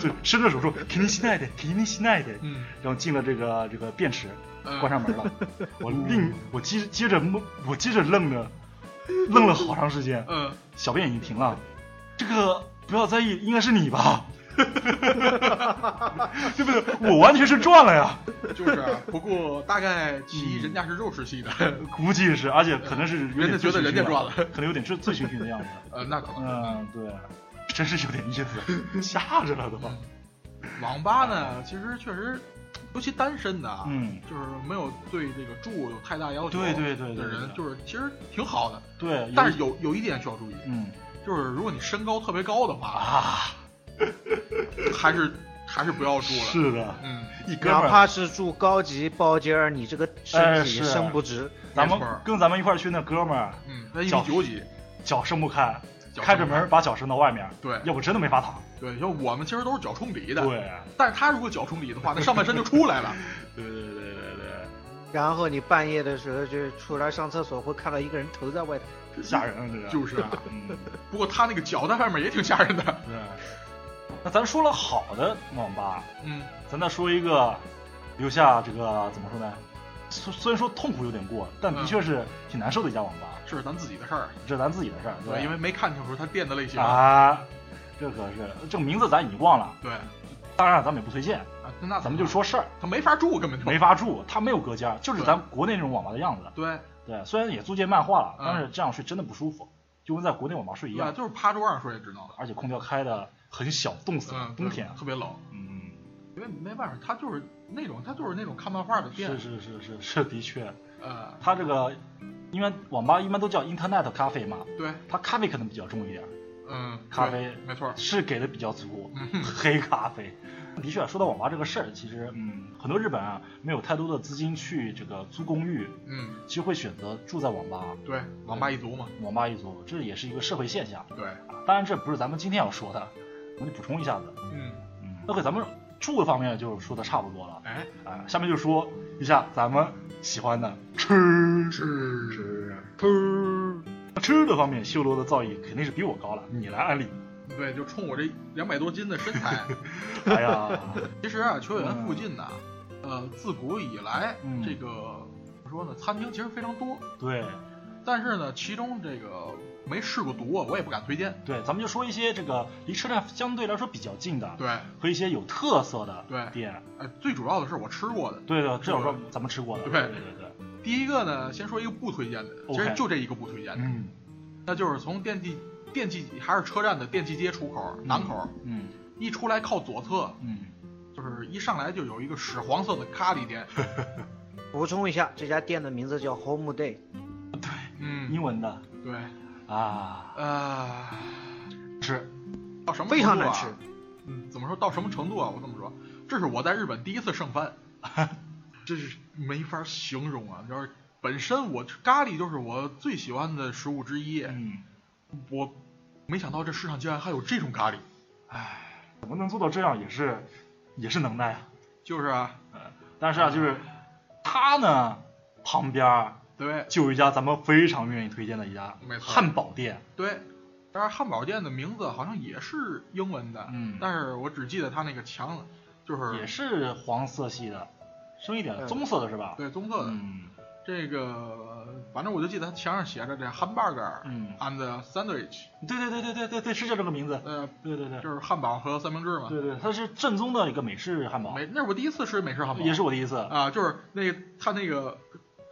就伸着手说 k i n i s n i d k i n i s n i d
嗯
然后进了这个这个便池，
嗯，
关上门 了。我另我接接着懵，我接着愣着，愣了好长时间，
嗯，
小便已经停了。这个不要在意，应该是你吧？ 对不对？我完全是赚了呀。
就是啊，不过大概其
嗯
一人家是肉食系的，
估计是，而且可能是有
人
点
家觉得人家赚了
醉醺醺的可能有点醉醉醺醺的样子。
呃，那可能。
嗯，对，真是有点意 思，吓着了都。
网吧呢，其实确实，尤其单身的啊，
嗯，
就是没有对这个住有太大要求，
对对对对
的
对
人
对
就是其实挺好的，
对，
但是有有一点需要注意，
嗯
就是如果你身高特别高的话，
啊，
还是还是不要住了，
是的，
嗯，
一哥
哪
们儿，
怕是住高级包间儿，你这个身
哎
体
是
伸不直，
咱
没
们
错
跟咱们一块儿去那哥们儿，
嗯，那一
脚
米九几，
脚伸不开，
脚
开着
冲
门把脚伸到外面，
对
要不真的没法躺。
对，就我们其实都是脚冲底的，
对，
但是他如果脚冲里的话，那上半身就出来了。
对对对对
然后你半夜的时候就出来上厕所，会看到一个人头在外头。
对，吓人了这个。
就是啊，
嗯，
不过他那个脚在外面也挺吓人的。
对。那咱说了好的网吧，
嗯，
咱再说一个，留下这个怎么说呢？虽虽然说痛苦有点过，但
嗯
的确是挺难受的一家网吧，
这是咱自己的事儿，
这是咱自己的事儿，吧
对，因为没看清楚他店的类型。
啊，这可是这个名字咱已经忘了，
对，啊，
当然咱们也不推荐，
那啊那
咱们就说事儿，
他没法住，根本就
没。法住，它没有隔间，就是咱国内那种网吧的样子。
对，
对，虽然也租借漫画了，
嗯
但是这样睡真的不舒服，就跟在国内网吧睡一
对吧？
样，
就是趴桌上睡，只能。
而且空调开的很小，冻死了
嗯，，
冬
对
天。
特别冷，
嗯，
因为没办法，他就是那种，他就是那种看漫画的店
是。是是是是，的确，
呃，
它这个因为网吧一般都叫 Internet 咖啡嘛，
对，
它咖啡可能比较重一点，
嗯，
咖
对
啡
没错儿。
是给的比较足，
嗯哼
黑咖啡。的确，啊说到网吧这个事儿，其实嗯，很多日本啊没有太多的资金去这个租公寓，
嗯，
其实会选择住在网吧，
对，网吧一族嘛，
网吧一族，这也是一个社会现象。啊
对，
当然，这不是咱们今天要说的，我们补充一下子。
嗯，
那给咱们住的方面就说的差不多了
哎，
啊、下面就说一下咱们喜欢的吃
是
吃
噗，
吃的方面，修罗的造诣肯定是比我高了，你来安利。
对，就冲我这两百多斤的身材。
哎呀，
其实啊，秋叶原附近呢、呃，自古以来，
嗯
这个怎么说呢，餐厅其实非常多，
对
但是呢，其中这个没试过毒啊，我也不敢推荐。
对，咱们就说一些这个离车站相对来说比较近的，
对，
和一些有特色的
对
店。
呃，最主要的是我吃过的。
对的，至少说
是
咱们吃过的。
对
对对对，
第一个呢，先说一个不推荐的，其实
OK
就这一个不推荐的，
嗯
那就是从电梯电梯还是车站的电梯街出口南口
嗯
一出来靠左侧，
嗯，
就是一上来就有一个屎黄色的咖喱店，
补充一下，这家店的名字叫 Home Day。
嗯，
英文的
对，
啊，
呃，
是
到什么程度啊
非常难吃，
嗯，怎么说到什么程度啊？我这么说，这是我在日本第一次剩饭，这是没法形容啊！就是本身我咖喱就是我最喜欢的食物之一，
嗯，
我没想到这世上竟然还有这种咖喱，
怎么能做到这样也是也是能耐啊。
就是啊，
但是啊，就是它呢旁边儿
对
就有一家咱们非常愿意推荐的一家
没错
汉堡店，
对。当然，汉堡店的名字好像也是英文的，
嗯
但是我只记得它那个墙，就是
也是黄色系的，深一点的
嗯
棕色的是吧？
对棕色的，
嗯
这个反正我就记得它墙上写着这 hamburger
嗯，
and sandwich，
对对对对对对对，是叫这个名字。
呃，
对对对
就是汉堡和三明治嘛。
对对，它是正宗的一个美式汉堡，
啊美，那是我第一次吃美式汉堡，
也是我第一次。
啊，就是那它那个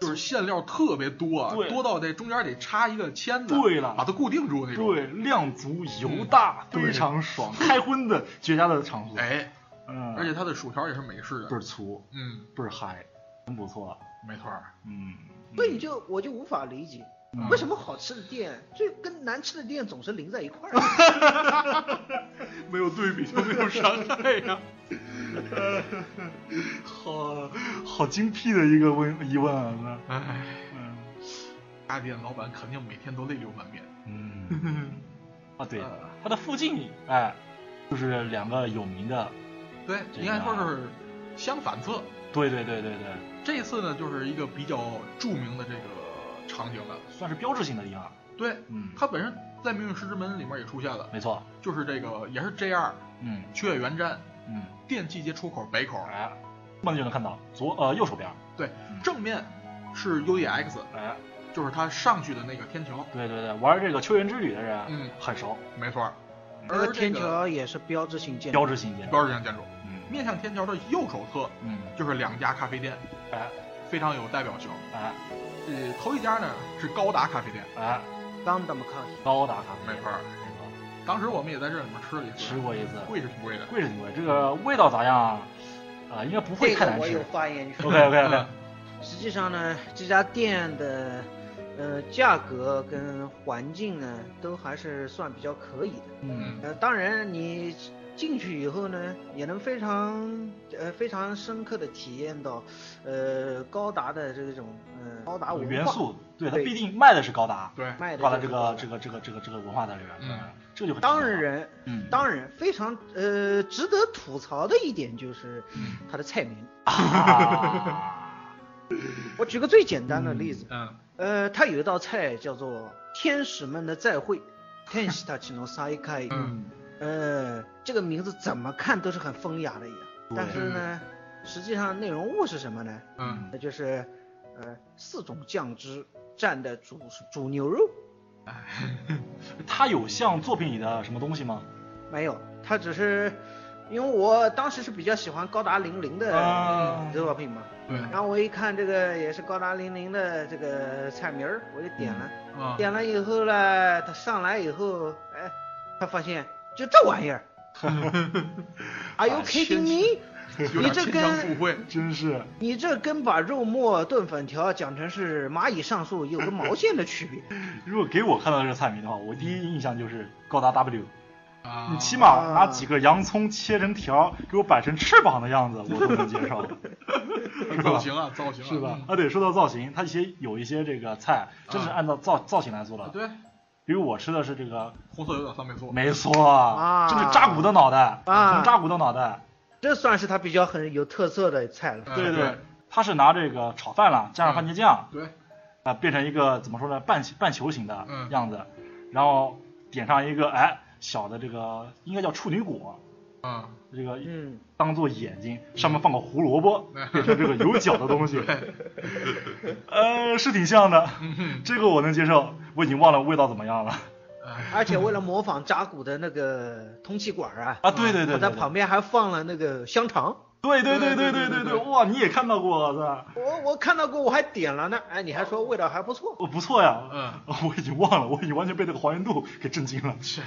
就是馅料特别多，啊
对
多到那中间得插一个签子，
对
把
了，
它固定住那种。
对，量足油
嗯
大，
对
非常爽，开荤的绝佳的场所。
哎，
嗯，
而且它的薯条也是美式
倍
的，
儿粗，
嗯，
倍儿嗨，真不错。
没错儿，
嗯，
所以就我就无法理解，
嗯
为什么好吃的店最跟难吃的店总是淋在一块 儿？
没有对比就没有伤害 呀。
好好精辟的一个问疑问啊，
哎，
嗯
大店老板肯定每天都泪流满面。
嗯，啊对，
呃
它的附近哎，就是两个有名的，
对，
这个
应该说是相反侧。
对对对对对，
这次呢，就是一个比较著名的这个场景了。
算是标志性的地方。
对，
嗯，
它本身在《命运石之门》里面也出现了，
没错，
就是这个也是 JR
嗯
秋叶原站
嗯，
电气街出口北口，
啊
哎，慢慢就能看到左呃右手边，
对
嗯，
正面是 UDX，
哎，
就是它上去的那个天桥。
对对对，玩这个秋园之旅的人，
嗯，
很熟，
没错儿，
那个
而这
天
个
桥也是标志性建筑，
标志性建筑，
标志性建筑，
嗯
嗯面向天桥的右手侧
嗯，
就是两家咖啡店，
啊
哎
非常有代表性。
哎
呃，头一家呢是高达咖啡店，
哎，
当当 coffee，
高达咖啡，
没错儿。
没错
当时我们也在这里面吃了一
吃
次，
过一次，
贵是挺贵的。
贵是挺贵，这个味道咋样啊？啊，应该不会
这
太
个
难
我
吃
有。发言权。
OK OK OK，
嗯
实际上呢，这家店的呃价格跟环境呢都还是算比较可以的。
嗯
呃，当然你进去以后呢，也能非常呃非常深刻的体验到，呃高达的这种呃高达文化
元素，对它
对
毕竟卖的是高达，
对，
卖的
高达这
就是
个
达
这个这个这个这个文化在这边，
嗯
这就很
当
重要，
然
嗯，
当然非常呃值得吐槽的一点就是它的菜名。
啊，
我举个最简单的例子，
嗯，
呃，它有一道菜叫做天使们的再会。天使たちの再会，
嗯，
呃，这个名字怎么看都是很风雅的一样，但是呢，实际上内容物是什么呢？
嗯，
那就是呃四种酱汁蘸的煮煮牛肉，
它有像作品里的什么东西吗？
没有，它只是因为我当时是比较喜欢高达零零的
啊，
作品嘛，
对，
然后我一看这个也是高达零零的这个菜名儿，我就点了，
啊，
点了以后呢，它上来以后，哎，他发现就这玩 意儿哎，Are you
啊
kidding me？
有点
你这
牵强
跟
附会。
真是，
你这跟把肉末炖粉条讲成是蚂蚁上树有个毛线的 区别。
如果给我看到这个菜名的话，我第一印象就是高达 W，
啊，
你起码拿几个洋葱切成条，给我摆成翅膀的 样子，我都能接受。是吧
造型啊，造型啊
是吧？？啊，对，说到造型，它一些有一些这个菜真是
啊
按照造造型来做
啊，
的。
对，
比如我吃的是这个，啊
红色有点三倍速。啊
没错，这是扎古的脑袋，
啊
红扎古的脑袋。
这算是它比较很有特色的菜了。
嗯
对
对
它是拿这个炒饭啦，加上番茄酱，
对，
啊，变成一个怎么说呢，半球半球形的
嗯
样子，然后点上一个哎小的这个应该叫处女果，
嗯，
这个
嗯，
当做眼睛，上面放个胡萝卜，变成这个有角的东 西，呃，是挺像的，
嗯
这个我能接受，我已经忘了味道怎么样了
哎
而且为了模仿扎古的那个通气管啊，
啊，对对对
我在
对
旁边还放了那个香肠。
对对对对对对
对
对，哇，你也看到过，啊我操，
我我看到过，我还点了呢。哎，你还说味道还不错。
哦我不错呀，
嗯，
我已经忘了，我已经完全被这个还原度给震惊了。
是，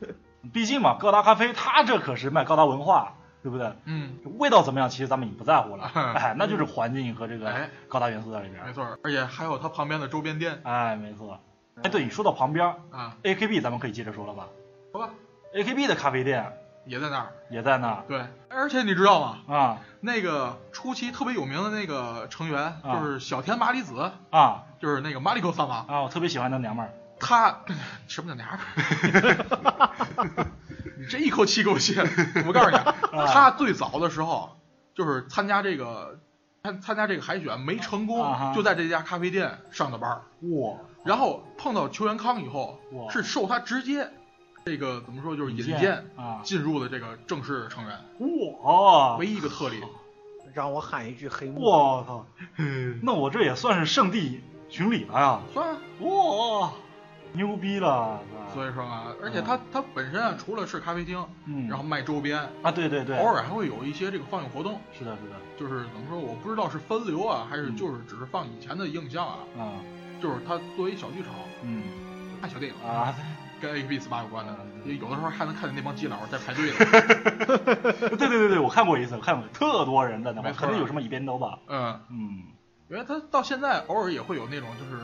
毕竟嘛，高达咖啡它这可是卖高达文化，对不对？
嗯，
味道怎么样，其实咱们已经不在乎了，
嗯
哎，那就是环境和这个
哎
高达元素在里
没
边。
错儿，而且还有它旁边的周边店
哎，没错。哎，对，你说到旁边
啊，
AKB，咱们可以接着说了吧
好吧，
？AKB 的咖啡店
也在那儿。
也在那儿
对，而且你知道吗？
啊
那个初期特别有名的那个成员就是小田麻里子，
啊
就是那个马里克萨玛，
啊！我特别喜欢那娘们儿，
他 什么叫娘们儿？ 你这一口气给我泄了！我告诉你 啊，他最早的时候就是参加这个参参加这个海选没成
啊哈
功，就在这家咖啡店上的班儿，
哇，
然后碰到邱元康以后
哇，
是受他直接这个怎么说就是引荐
见啊，哦
进入的这个正式成员，
哇
唯一一个特例。
让我喊一句黑幕。
我 操，那我这也算是圣地巡礼了呀！
算了，
哇，牛逼了！啊
所以说嘛，而且他他本身啊，除了是咖啡厅，
嗯，
然后卖周边，
啊，对对对，
偶尔还会有一些这个放映活动，
是的，是的，
就是怎么说，我不知道是分流啊，还是
嗯
就是只是放以前的映像啊，
啊，
就是它作为小剧场
嗯
看小电影，
啊，
跟 A K B 四八有关的
嗯，
也有的时候还能看见那帮基佬在排队 呢。
对对对对，我看过一次，我看过特多人在那块，
没错
肯定有什么一边刀吧？
嗯，
嗯
因为他到现在偶尔也会有那种就是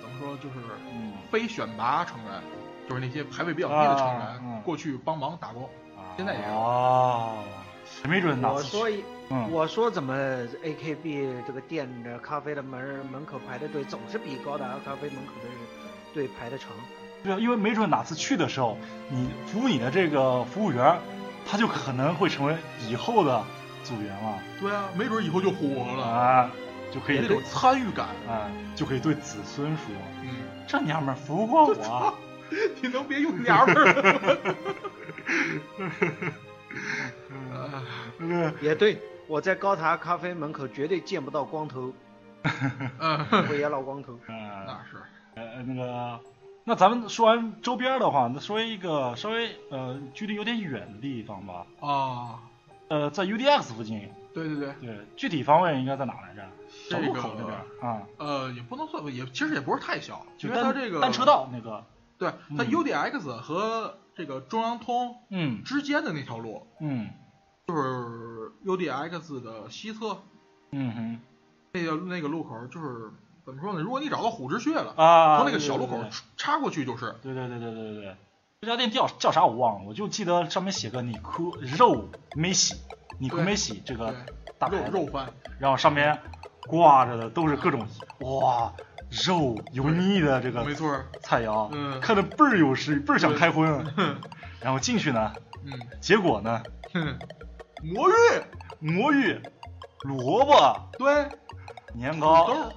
怎么说就是
嗯
非选拔成员，就是那些排位比较低的成
啊嗯
员过去帮忙打工。现在也
啊
有
哦，谁没准呢？
我说一，
嗯，
我说怎么 AKB 这个店的咖啡的门门口排的队总是比高达咖啡门口的队排的长？
对啊，因为没准哪次去的时候，你服务你的这个服务员，他就可能会成为以后的组员了
对啊，没准以后就火了，
啊，就可以
那
对
种参与感。
啊，就可以对子孙说，
嗯，
这娘们儿服务过我啊，
你能别用娘们儿吗？ 啊
对不对？
也对，我在高达咖啡门口绝对见不到光头，
嗯，
尾野老光头。
嗯。
那是，
呃，那个，那咱们说完周边的话，那说一个稍微呃距离有点远的地方吧。
哦，
呃，在 UDX 附近，
对对对，
对，具体方位应该在哪来着？小路口那边
这个
儿啊，
呃，也不能算，也其实也不是太小，
就
因为它
单
这个
单车，道那个，
对，它
嗯
UDX 和这个中央通
嗯
之间的那条路，
嗯
就是 UDX 的西侧
嗯
那个那个路口，就是怎么说呢？如果你找到虎之穴了，
哼啊，
从那个小路口
对
插过去就是，
对对对对对对对，这家店叫叫啥我忘了，我就记得上面写个你哭肉没洗，你哭
对
没洗这个
对，
呃大牌子
肉肉饭，
然后上面挂着的都是各种哇肉油腻的这个
没错儿，
菜肴，
嗯
看着倍儿有食欲，倍儿想开荤。 然后进去呢，
嗯，
结果呢，
哼，魔芋，
魔芋、萝卜、
对，
年
土
糕
豆。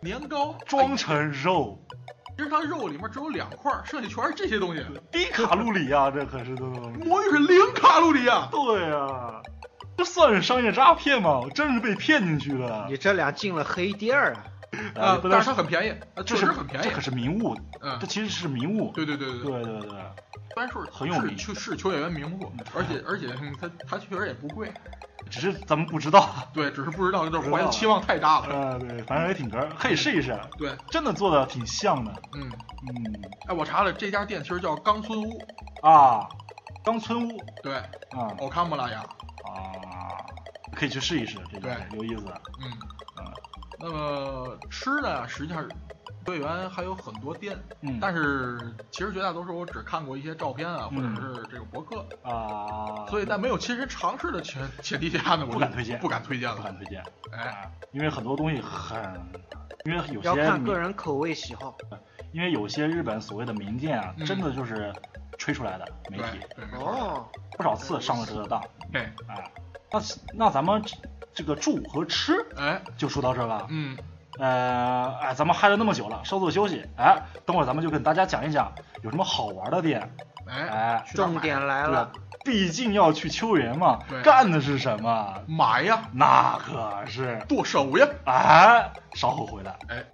年糕哎
装成肉，
其实它肉里面只有两块儿，剩下全是这些东西。
低卡路里啊， 这可是都。
魔芋是零卡路里啊！
对啊，这算是商业诈骗吗？我真是被骗进去了。哎
你这俩进了黑店儿啊！
啊，
不能
但是它很便宜，啊
这
确
是
实很便
这
宜
可。是名物，
嗯
这，其实是名物。
对对对对
对
对，
对对，
但是
很有名
是是是球演员名户
嗯，
而且而且嗯它它确实也不贵，
只是咱们不知道。
对，只是不知道就是
不知
怀
道
的期望太大了。
呃，对，反正也挺哏儿，可以试一试，
对，
真的做的挺像的。
嗯，
嗯
哎，我查了，这家店其实叫冈村屋，
啊，冈村屋
对，
啊
奥卡莫拉雅，
啊，可以去试一试，这个有意思。
嗯
啊，
那么吃呢，实际上球员还有很多店，
嗯，
但是其实绝大多数我只看过一些照片啊，或
嗯
者是这个博客，
啊，
所以在没有亲身尝试的前前提下呢，
不
我就
敢推荐
不敢推荐
不
了。
敢推荐
哎，
啊，因为很多东西很，因为有
要
些
看
名
个人口味喜好。
因为有些日本所谓的名店啊，
嗯
真的就是吹出来的媒
对
体，
对，没错，
哦，
不少次上了这个当。
对，
哎，那那咱们这这个住和吃
哎，
就说到这儿吧。
嗯，
呃，哎，咱们嗨了那么久了，稍作休息。哎，等会儿咱们就跟大家讲一讲有什么好玩的店。
哎，
哎，
去哪儿买
重点来
对
了，，
毕竟要去秋园嘛
对，
干的是什么？
买呀，
那可是，
剁手呀，
哎，稍后回来。
哎，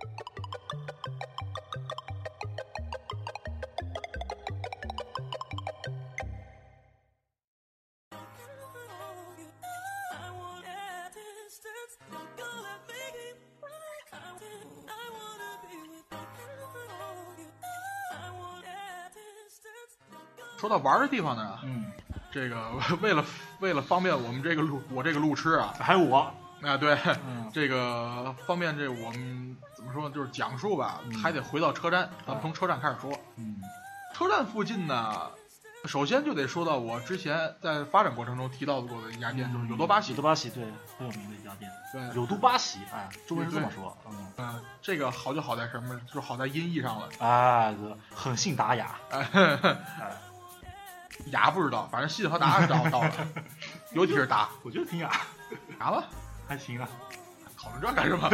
I want that distance. Don't go and make it right. I want- I wanna be with you. I want that distance. Don't go
说到玩的地方呢，
嗯，
这个为了为了方便我们这个路我这个路痴啊，
还有我，
啊对，
嗯
这个方便这我们怎么说呢，就是讲述吧
嗯，
还得回到车站，咱们从车站开始说。
嗯
车站附近呢，首先就得说到我之前在发展过程中提到过的一家店，就是有多巴
有
喜
多。巴喜对很有名的一家店，
对，
有都巴喜，哎，周围人这么说，嗯，
嗯，这个好就好在什么？就好在音译上了。
哎，很信达雅，哎，
牙不知道，反正信和达是到到了， 尤其是达，
我觉得挺雅，
达了，
还行啊，
讨论这干什么？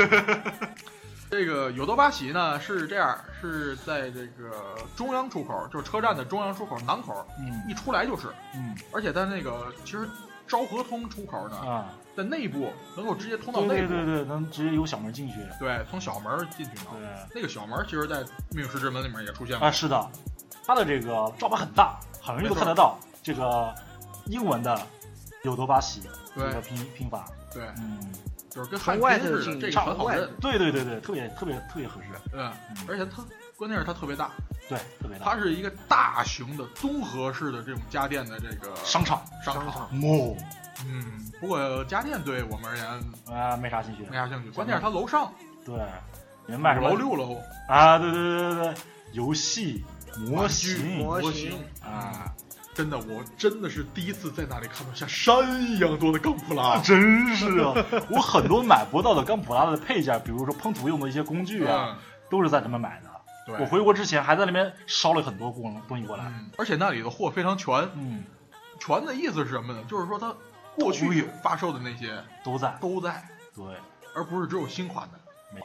这个有多巴喜呢是这样，是在这个中央出口，就是车站的中央出口南口
嗯
一出来就是，
嗯
而且在那个其实昭和通出口呢，
啊，
在内部能够直接通到
对
内
对
部，
对对，能直接由小门进去，
对从小门儿进去呢。
对，
那个小门儿其实，在《命运石之门》里面也出现过
啊，，是的，它的这个招牌很大，很容易就看得到这个英文的有多巴喜这
对
个拼拼法，
对，
嗯，
就是跟汉
从外
奸
头
似的，
进
这个
上
很好
外
认，
对对对对，特别特别特别合适，
嗯，
嗯
而且它关键是它特别大，
对，特别大，
它是一个大型的综合式的这种家电的这个
商场，
商
商场
哦，
嗯，不过家电对我们而言
啊，没啥兴趣
没，啥兴趣，关键是它楼上
对，你们卖什么
楼六楼
啊？对对对对对，游戏模
玩具
型
模
模
型
啊，
真的，我真的是第一次在那里看到像山一样多的钢普拉。
真是啊！我很多买不到的钢普拉的配件，比如说喷涂用的一些工具啊，
嗯，
都是在他们买的。
对，
我回国之前还在那边捎了很多工东西过来。
嗯，而且那里的货非常全，
嗯，
全的意思是什么呢？就是说它过
都
去
有
发售的那些
都在。
都在，
对，
而不是只有新款的
没。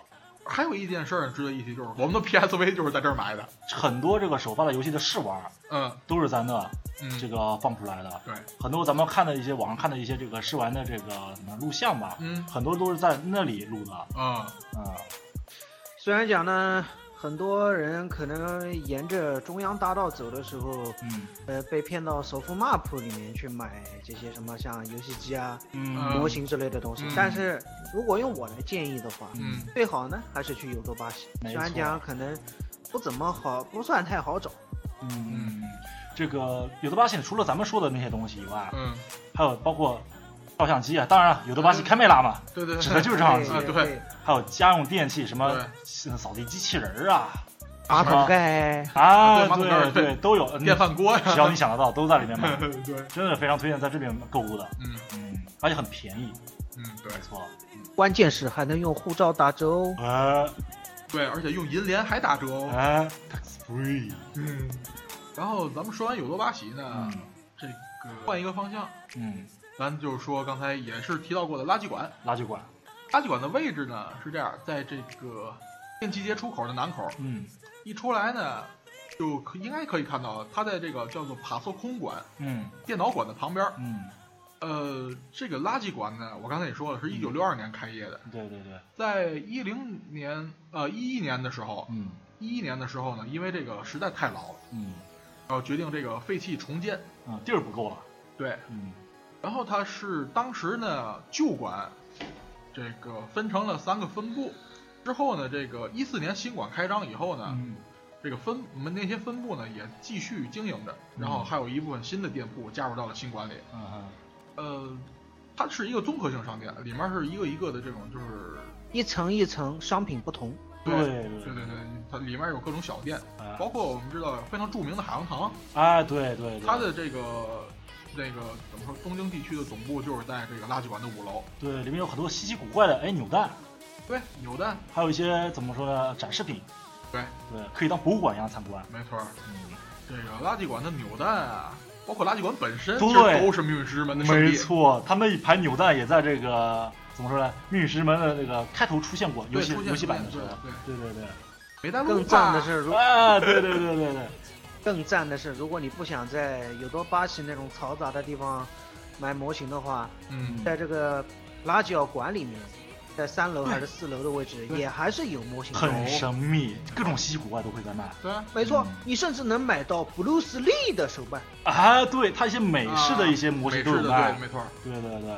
还有一件事儿值得一提，就是我们的 PSV 就是在这儿买的。
很多这个首发的游戏的试玩
嗯
都是在那
嗯，
这个放出来的。
对，
很多咱们看的一些网上看的一些这个试玩的这个什么录像吧，
嗯
很多都是在那里录的。
啊，
嗯，
虽然讲呢，很多人可能沿着中央大道走的时候，
嗯
呃，被骗到首富 map 里面去买这些什么像游戏机啊、
嗯
模型之类的东西。
嗯
但是如果用我来建议的话，
嗯
最好呢还是去尤多巴西，
没
虽
错
然讲可能不怎么好，不算太好找。
嗯嗯，
嗯
这个有的巴西除了咱们说的那些东西以外，
嗯，
还有包括照相机啊，当然了有的巴西开麦拉嘛，
对对，对
指的就是这样子
啊。
对
对
对，
还有家用电器，什么
对
扫地机器人儿啊
马
啊
桶盖，
啊，
对马桶盖
对
儿
对都有，嗯
电饭锅呀，
只要你想得到都在里面 买，
对，
真的非常推荐在这边购物的，
嗯
嗯，而且很便宜，
嗯，对
没错，
关键是还能用护照打折哦。
哎
对，而且用银联还打折哦。
哎，tax free，
嗯，然后咱们说完有多巴西呢
嗯，
这个换一个方向，
嗯，
咱就说刚才也是提到过的垃圾馆。
垃圾馆，
垃圾馆的位置呢是这样，在这个电器街出口的南口，
嗯
一出来呢，就可应该可以看到，它在这个叫做帕索空馆
嗯
电脑馆的旁边。
嗯，
呃，这个垃圾馆呢，我刚才也说了，是一九六二年开业的，
对对对，
在一零年呃一一年的时候，
嗯
一一年的时候呢，因为这个实在太老了，
嗯
然后决定这个废弃重建。
嗯，地儿不够了，
对，
嗯
然后它是当时呢旧馆，这个分成了三个分部。之后呢，这个一四年新馆开张以后呢，
嗯
这个分我们那些分部呢也继续经营着，然后还有一部分新的店铺加入到了新馆里。
嗯
呃，它是一个综合性商店，里面是一个一个的这种就是，
一层一层商品不同，
对
对
对
对对对，它里面有各种小店，
哎
包括我们知道非常著名的海洋堂，
哎，对对对，
它的这个这个怎么说，东京地区的总部就是在这个垃圾馆的五楼。
对里面有很多稀奇古怪的哎扭蛋，
对，扭蛋，
还有一些怎么说呢展示品，
对
对，可以当博物馆一样参观，
没错儿。
嗯
这个垃圾馆的扭蛋啊，包括垃圾馆本身，
对
其实都是命运之门的圣地。
嗯没错，他们一排扭蛋也在这个怎么说呢？命运石门的那个开头出现过，游
对，
戏
出现
游戏版的时
对
候。
对，
对对对，
没带路
更赞的
吧？
是，如
啊，对对对 对对，
更赞的是，如果你不想在有多巴西那种嘈杂的地方买模型的话，
嗯，
在这个拉角馆里面，在三楼还是四楼的位置，
对
也还是有模型的。
很神秘，各种稀奇古怪都会在卖。
对啊，
没错，你甚至能买到布鲁斯利的手办。
啊，对，它一些美式的一些模型
啊美
都
式
有
的
卖
对，。没错。
对对对，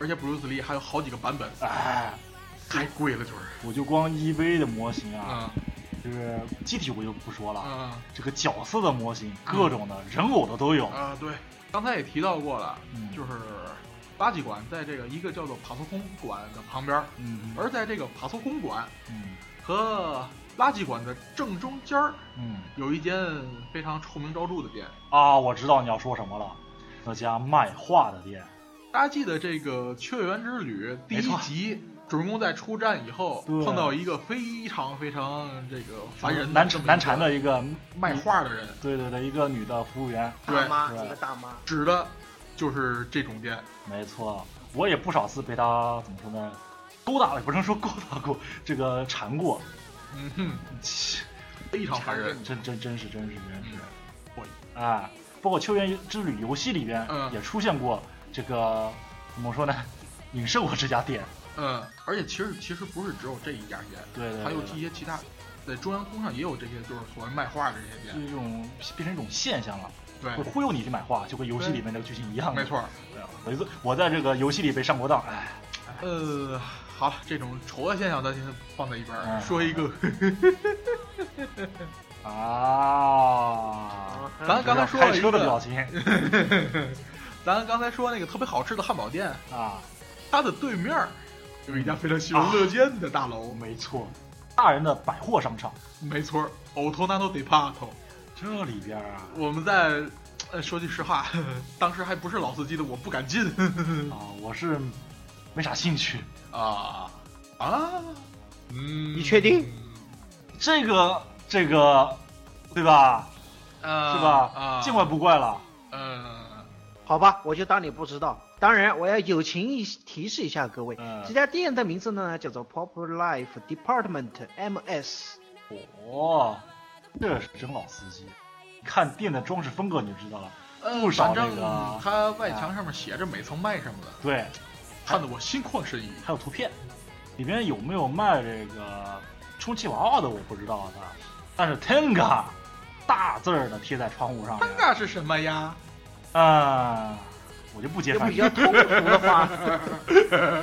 而且 Bruce Lee 还有好几个版本，
哎，
太贵了，就是。
我就光 EV 的模型啊，
嗯
就是机体我就不说了，
嗯
这个角色的模型，各种的人偶的都有。
啊，对，刚才也提到过了，
嗯
就是垃圾馆在这个一个叫做帕索空馆的旁边，
嗯
而在这个帕索空馆
嗯
和垃圾馆的正中间儿
嗯
有一间非常臭名昭著的店。
啊，我知道你要说什么了，那家卖画的店。
大家记得这个《雀园之旅》第
没
一
错
集，主人公在出站以后
对
碰到一个非常非常这个烦人的
难
这么一个
难缠的一个
卖，画的人，
对对对，一个女的服务员，
对
大妈，
嗯对
一个大妈，
指的就是这种店。
没错，我也不少次被她怎么说呢，勾搭了，不能说勾搭过，这个缠过，
嗯哼， 非常烦人。
真真真是真是真是
嗯，
我哎，包括《秋园之旅》游戏里边
嗯
也出现过这个怎么说呢，影射过这家店，
嗯，而且其实其实不是只有这一家店，
对对，
还有
对
一些其他，在中央通上也有这些，就是所谓卖画的这些
就是
店。
一种变成一种现象了，会
对，
忽悠你去买画，就跟游戏里面那个剧情一样的。
哎没错。
对啊，我一次我在这个游戏里被上过当，哎，
呃，好了，这种丑恶现象咱先放在一边儿，
嗯
说一个，
啊，
嗯
咱刚才说
开
了一
车的表
个，
情
咱刚才说那个特别好吃的汉堡店，
啊，
它的对面儿有一家非常喜闻乐见的大楼，
没错，大人的百货商场
没错儿，Otonano de Pato。
这里边啊，
我们在，呃，说句实话， 呵呵当时还不是老司机的，我不 敢进呵呵
啊，我是没啥兴趣。
啊啊，嗯，
你确定？
这个这个，对吧？
呃，
是吧？
啊，
见怪不怪了。
呃，
好吧，我就当你不知道。当然，我要友情一提示一下各位，
嗯
这家店的名字呢叫做 Pop Life Department MS。
哦，这是真老司机。看店的装饰风格你就知道了。
呃
不少
反正
那个啊哎
它外墙上面写着每层卖什么的，
对，
看得我心旷神怡。
还有图片，里面有没有卖这个充气娃娃的我不知道啊，但是 Tenga 大字儿的贴在窗户上
尴
面。
尬是什么呀？
啊、我就不揭
这
穿
比
你。
较通俗的话，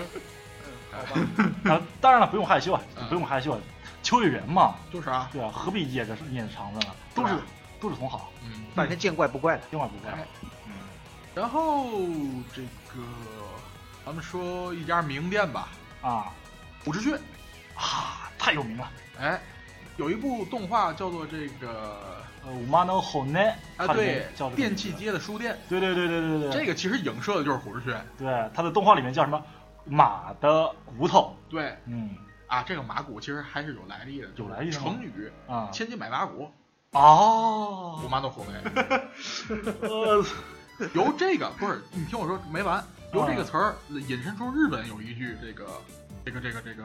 啊，当然了，不用害羞啊，
嗯
不用害羞啊，秋叶原嘛，
就是啊，
对啊，何必掖着掖着肠子呢？都是
对啊
都是同好，
嗯，
反正见怪不怪了。
千万不怪嗯
哎。然后这个，咱们说一家名店吧，
啊
虎之穴。
啊，太有名了。
哎，有一部动画叫做这个
呃，五妈能吼呢？
啊，
它里
对
面叫，这个
电
名字
器。街的书店，
对对对对对对，
这个其实影射的就是虎之穴。
对它的动画里面叫什么？马的骨头。
对
嗯
啊，这个马骨其实还是有来历的，
有来历的吗
成语
啊
“千金买马骨
哦”，
我，妈都火没。
呃
由这个不是你听我说没完，由这个词儿引申出日本有一句这个这个这个这个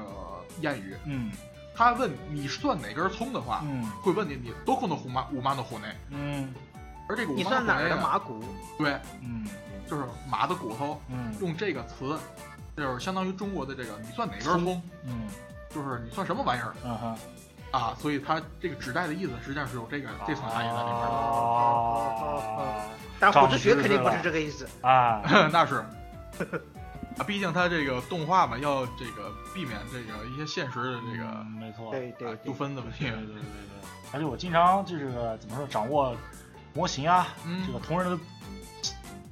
谚语，
嗯
他问你算哪根葱的话，
嗯
会问你你多空的虎妈五妈的虎内，
嗯
而这个五
你
妈
算哪儿
虎
的
内
马骨？
对，
嗯
就是马的骨头，
嗯
用这个词，就是相当于中国的这个你算哪根葱，
嗯
就是你算什么玩意儿
嗯哼，
啊？所以它这个指代的意思实际上是有这个这层含义在里面
哦
的。
啊
但
长
火之穴
知识
肯定不
了
是这个意思。
啊，
那是。啊，毕竟它这个动画嘛，要这个避免这个一些现实的这个
嗯没错，
对对
啊纠
对，
纷的问题
对。对对对，而且我经常就是怎么说，掌握模型啊，
嗯
这个同人的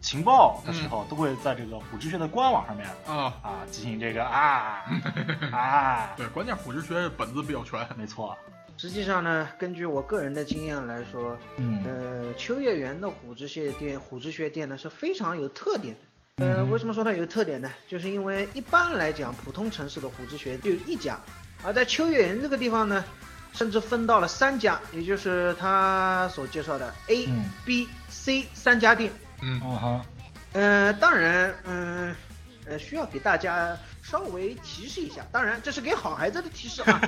情报的时候，都会在这个虎之穴的官网上面
啊，
啊进行这个 啊啊，
对，关键虎之学本子比较全。
没错，
实际上呢，根据我个人的经验来说，
嗯
呃，秋叶原的虎之穴店，虎之穴店呢是非常有特点的。呃，
嗯
为什么说它有特点呢？就是因为一般来讲，普通城市的虎之穴就一家，而在秋叶原这个地方呢，甚至分到了三家，也就是他所介绍的 A、
嗯
B、C 三家店。
嗯，
嗯哼，
呃，当然，嗯、呃，需要给大家稍微提示一下，当然这是给好孩子的提示啊。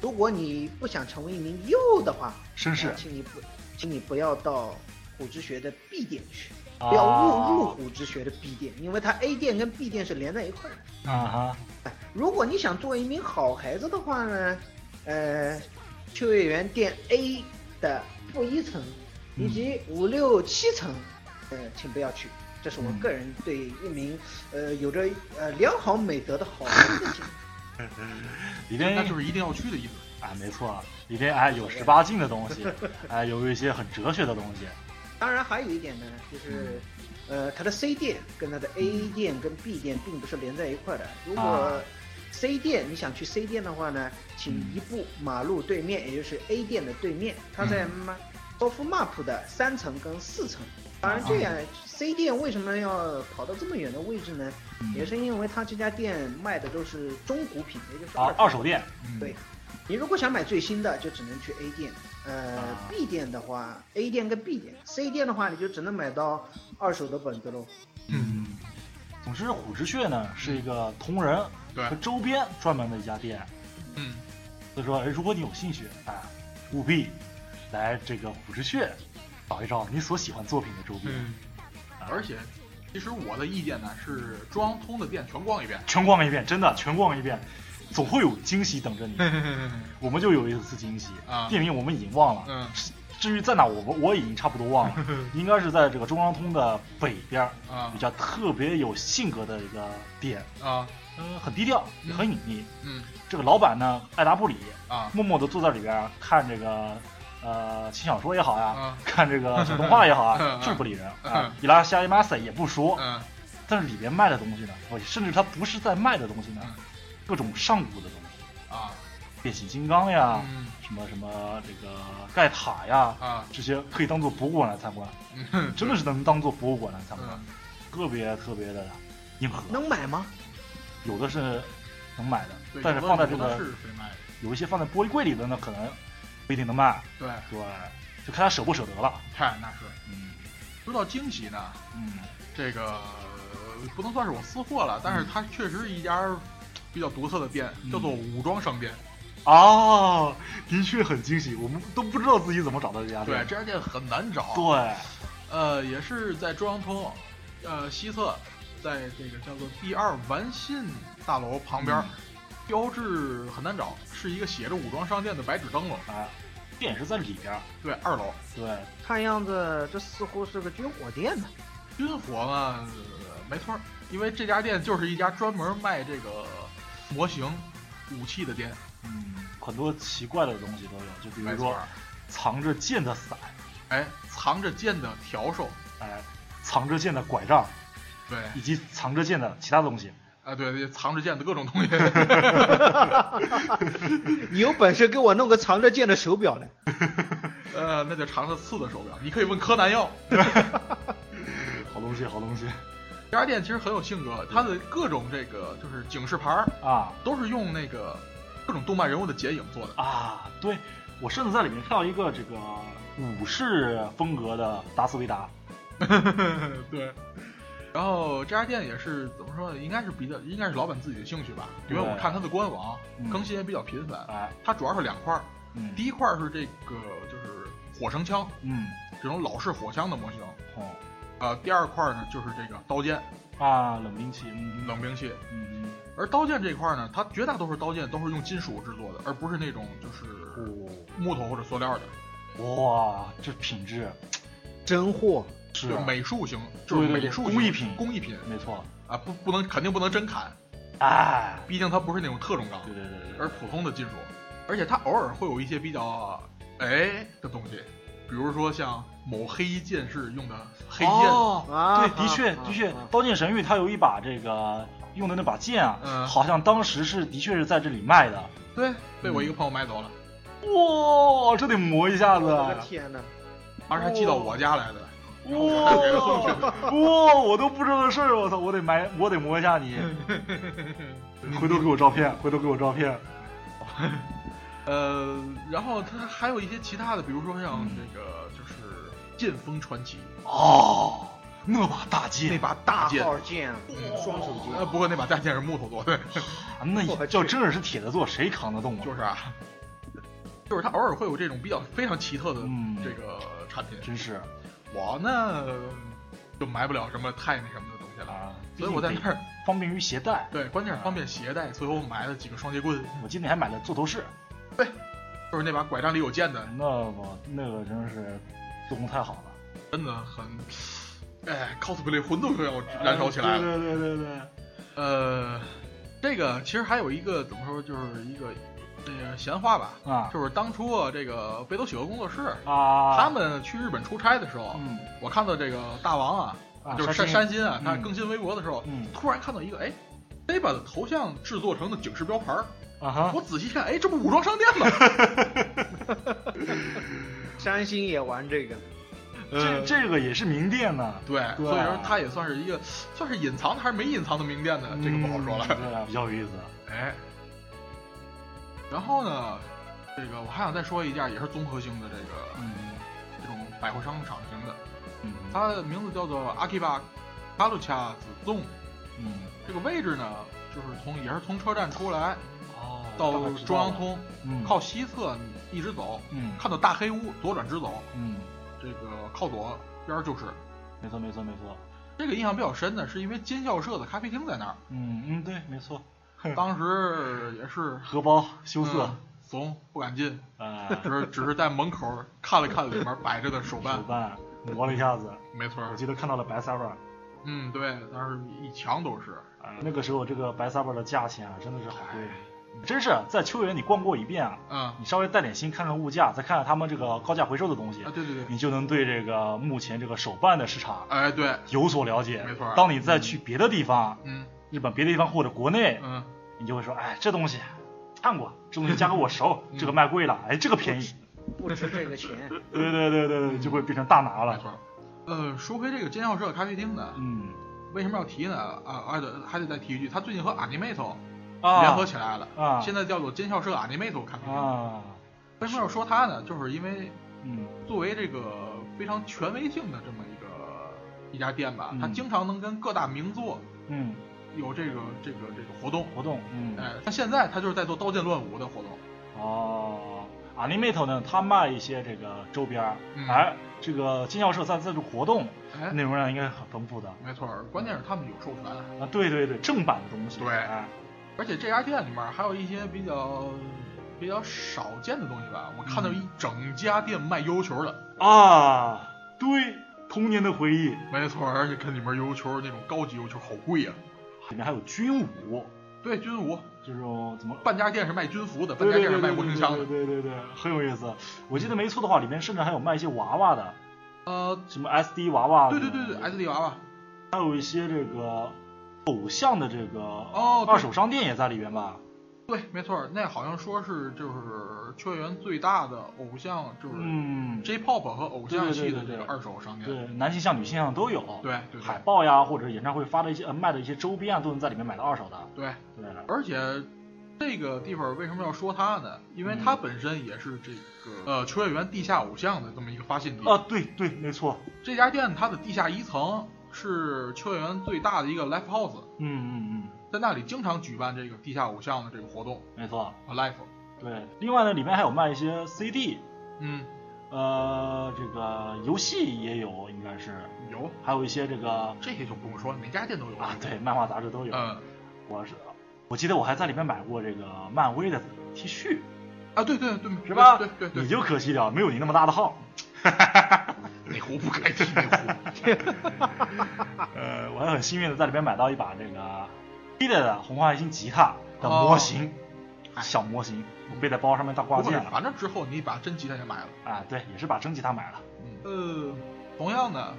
如果你不想成为一名幼的话，
绅士
呃请你不，请你不要到虎之穴的 B 店去，
啊
不要误入虎之穴的 B 店，因为它 A 店跟 B 店是连在一块儿的。
啊哈，
哎如果你想作为一名好孩子的话呢，呃，秋叶原店 A 的负一层
嗯
以及五六七层，呃，请不要去。这是我
嗯
个人对一名呃有着呃良好美德的好孩子的建议。
里边
那就是一定要去的意思。
啊，没错，里边哎有十八禁的东西， 哎有一些很哲学的东西，
当然还有一点呢，
嗯
就是呃，它的 C 店跟它的 A 店跟 B 店并不是连在一块的。如
啊
果 C 店你想去 C 店的话呢，请移步马路对
嗯
面，也就是 A 店的对面，它在马 o f Map 的三层跟四层。当然，
啊
这样 C 店为什么要跑到这么远的位置呢？
嗯
嗯
也是因为它这家店卖的都是中古品，也就是
啊
手
二手店，
嗯
对，你如果想买最新的，就只能去 A 店。呃、
啊
b 店的话，A 店跟 B 店，C 店的话，你就只能买到二手的本子喽。
嗯，总之虎之穴呢是一个同人
嗯对
和，周边专门的一家店，
嗯，
所以说，哎如果你有兴趣啊，务必来这个虎之穴找一找你所喜欢作品的周边，
嗯，而且，其实我的意见呢是装通的店全 逛一遍。
全逛一遍，真的全逛一遍，总会有惊喜等着你。我们就有一次惊喜
啊
店名我们已经忘了，
嗯
至于在哪我们我已经差不多 忘了，应该是在这个中央通的北边儿
啊
比较特别有性格的一个店，
啊
嗯、很低调，也很隐秘。
嗯
这个老板呢爱答不理，
啊
默默地坐在里边儿看这个呃轻小说也好呀，
啊
看这个小动画也好啊
嗯，
就是不理人
嗯
啊。伊拉夏伊玛塞也不说，
嗯
但是里边卖的东西呢，我甚至他不是在卖的东西呢
嗯，
各种上古的东西，
啊
变形金刚呀，
嗯
什么什么这个盖塔呀，
啊
这些可以当做博物馆来参观，
嗯
真的是能当做博物馆来参观，
嗯
特别特别的硬核，
能买吗？
有的是能买的
对，，
但是放在这
有的
个
是谁卖的？
有一些放在玻璃柜里的呢，可能不一定能卖，
对，
对，就看他舍不舍得了，
嗨，那是。
嗯
说到惊喜呢，
嗯
这个呃不能算是我私货了，但是它确实是一家比较独特的店，
嗯
叫做武装商店。
哦，的确很惊喜，我们都不知道自己怎么找到这家
对，
店。
这家店很难找。
对，
呃，也是在中央通，呃西侧，在这个叫做第二完信大楼旁边，
嗯
标志很难找，是一个写着武装商店的白纸灯笼。
啊，店也是在里边儿。
对，二楼
对，
看样子这似乎是个军火店呢。
军火嘛，呃没错儿，因为这家店就是一家专门卖这个模型武器的店。
嗯，很多奇怪的东西都有，就比
没
如
错
说
儿，
藏着剑的伞，
哎，藏着剑的笤帚。
哎，藏着剑的拐杖，
对，
以及藏着剑的其他东西。
啊对对，藏着剑的各 种东西。
你有本事给我弄个藏着剑的手表来。
呃，那就藏着刺的手表，你可以问柯南要。
好东西，好东西
这家店其实很有性格，它的各种这个就是警示牌儿
啊
都是用那个各种动漫人物的剪影做的。
啊！对，我甚至在里面看到一个这个武士风格的达斯维达。
对。然后这家店也是怎么说呢？应该是比较，应该是老板自己的兴趣吧，因为
对
我看它的官网
嗯
更新也比较频繁。
哎，
它主要是两块儿，
嗯，
第一块儿是这个就是火绳枪
嗯，
这种老式火枪的模型，
哦
呃，第二块儿呢就是这个刀剑
啊，冷兵器，嗯，
冷兵器。
嗯，
而刀剑这块儿呢，它绝大多数刀剑都是用金属制作的，而不是那种就是
嗯
木头或者塑料的。
哦，哇，这品质
真货，
是
就是美术型，就是
对对
美术
工
型
艺品
工艺品
没错，
啊，不不能肯定不能真砍，
哎，
毕竟它不是那种特种钢，
对对对对对，
而普通的金属，而且它偶尔会有一些比较哎的东西，比如说像某黑衣剑士用的黑剑，
哦
啊
对，的确
啊
的确，
啊
《刀剑神域》它有一把这个用的那把剑啊，
嗯
好像当时是的确是在这里卖的。
对，被我一个朋友买走了，
哇、这得磨一下
我
子，
的天哪！
而且还寄到我家来的，
哇、
给人送去
哇、
了
我都不知道的事儿，我操，我得买，我得磨一 下你，回头给我照片，回头给我照片。
呃，然后它还有一些其他的，比如说像
嗯
那个就是《剑锋传奇
哦，那把大》
那
剑，
把
大
大剑，
号剑，双手
呃，
剑，
不过那把大剑是木头做的，
那
我去
要真是铁的做，谁扛得动啊？
就是啊， 就是它偶尔会有这种比较非常奇特的
嗯
这个产品。
真是
我呢就买不了什么太那什么的东西了，
啊，
所以我在那儿
方便于携带。
对，关键是方便携带，所以我买了几个双截棍，
我今天还买了座头饰，
就是那把拐杖里有剑的，
那我那个真是做工太好了，
真的很，哎，cosplay 魂都要燃烧起来了。
对对对对对，
呃，这个其实还有一个怎么说，就是一个那个闲话吧，
啊
就是当初啊，这个北斗企鹅工作室，
啊，
他们去日本出差的时候，
嗯
我看到这个大王啊，
啊，
就是山
山
山
西
新啊，他
嗯
更新微博的时候，
嗯
突然看到一个哎。得把的头像制作成的警示标牌儿，
啊哈
我，仔细看，哎，这不武装商 店吗？
三星也玩这个，
这
呃
这个也是名店呢，
对，
对
所以说它也算是一个，算是隐藏的还是没隐藏的名店呢？呃这个不好说了。
嗯对，比较有意思。
哎，然后呢，这个我还想再说一件，也是综合性的这个
嗯
这种百货商场型的，
嗯，
它的名字叫做阿基巴卡路恰子纵。
嗯
这个位置呢，就是从也是从车站出来
哦
到中央，通，
嗯
靠西侧一直走，
嗯
看到大黑屋左转直走，
嗯，
这个靠左边就是。
没错没错没错，
这个印象比较深的是因为尖校社的咖啡厅在那儿，
嗯嗯对没错，
当时也是
荷包嗯羞涩
嗯怂不敢进，
啊，
只是只是在门口看了看里面摆着的手 办嗯
手，办磨了一下子，
没错儿
我，记得看到了白 Saba，
嗯，对，当时一墙都是，
啊，那个时候这个白 Saba 的价钱啊真的是好
哎
贵，真是啊在秋园你逛过一遍啊，
嗯，啊，
你稍微带点心看看物价，再看看他们这个高价回收的东西，
对对对，
你就能对这个目前这个手办的市场
哎，对，
有所了解。
没错
当你再去别的地方，
嗯
日本别的地方或者国内，
嗯，
你就会说，哎，这东西看过，这东西价格我熟，
嗯
这个卖贵了，哎，这个便 宜，
不值这个钱。
对对对对对，就会变成大拿
嗯没
了。
错儿。呃，说回这个尖校社咖啡厅呢，
嗯
为什么要提呢？啊，啊，对，还得再提一句，他最近和 Animato
啊，
联合起来了，
啊
现在叫做尖校社 Animato 咖啡厅。
啊，
为什么要说它呢？就是因为
嗯
作为这个非常权威性的这么一个一家店吧，
嗯
它经常能跟各大名作
嗯，
有这个这个这个活动。
活动嗯
哎，那现在他就是在做刀剑乱舞的活动，
哦。Animate 呢，它卖一些这个周边儿，
嗯
哎，这个金校社在赞助活动，
哎，
内容量应该是很丰富的。
没错儿，关键是他们有授权，
啊，对对对，正版的东西。
对
哎
而且这家店里面还有一些比较比较少见的东西吧。我看到一整家店卖悠悠球的，
啊，对，童年的回忆，
没错儿，而且看里面悠悠球那种高级悠悠球好贵呀、
里面还有军武，
对，军服，
这种怎么？
半家店是卖军服的，半
对
家
对
店
对对
是
对
卖模型箱的
对。对对对，很有意思。我记得没错的话，里面甚至还有卖一些娃娃的，
呃，
什么 SD 娃娃，
对对对对，SD 娃娃，
还有一些这个偶像的这个
哦对
二手商店也在里面吧？
对，没错儿，那好像说是就是秋叶原最大的偶像，就是
嗯，
J-pop 和偶像
对对对
系的
对
这
对
个二手商店。
对，男性向、女性向都有。
对对
海
对
报呀，或者演唱会发的一些呃卖的一些周边啊，都能在里面买到二手的。
对，
对，
而且这个地方为什么要说它呢？因为
嗯
它本身也是这个、呃秋叶原地下偶像的这么一个发信地。
啊，对对，没错。
这家店它的地下一层是秋叶原最大的一个 live house，
嗯嗯
在那里经常举办这个地下偶像的这个活动
嗯，没错。
啊 live。
对，另外呢，里面还有卖一些 CD，
嗯，
呃，这个游戏也有，应该是，
有
还有一些这个
这些就不用说了，每家店都有
啊，对，漫画杂志都有。
嗯
我是，我记得我还在里面买过这个漫威的 T 恤，
啊，对对对，
是吧？嗯
对对对，
你就可惜了，没有你那么大的号。
内湖不该提内湖。啊
呃，我还很幸运的在里面买到一把这个 b 的红花星吉他的模型，
哎
小模型，我背在包上面 当挂
不过
件了。
反正之后你把真吉他也买了。
啊，对，也是把真吉他买了。
呃，同样的，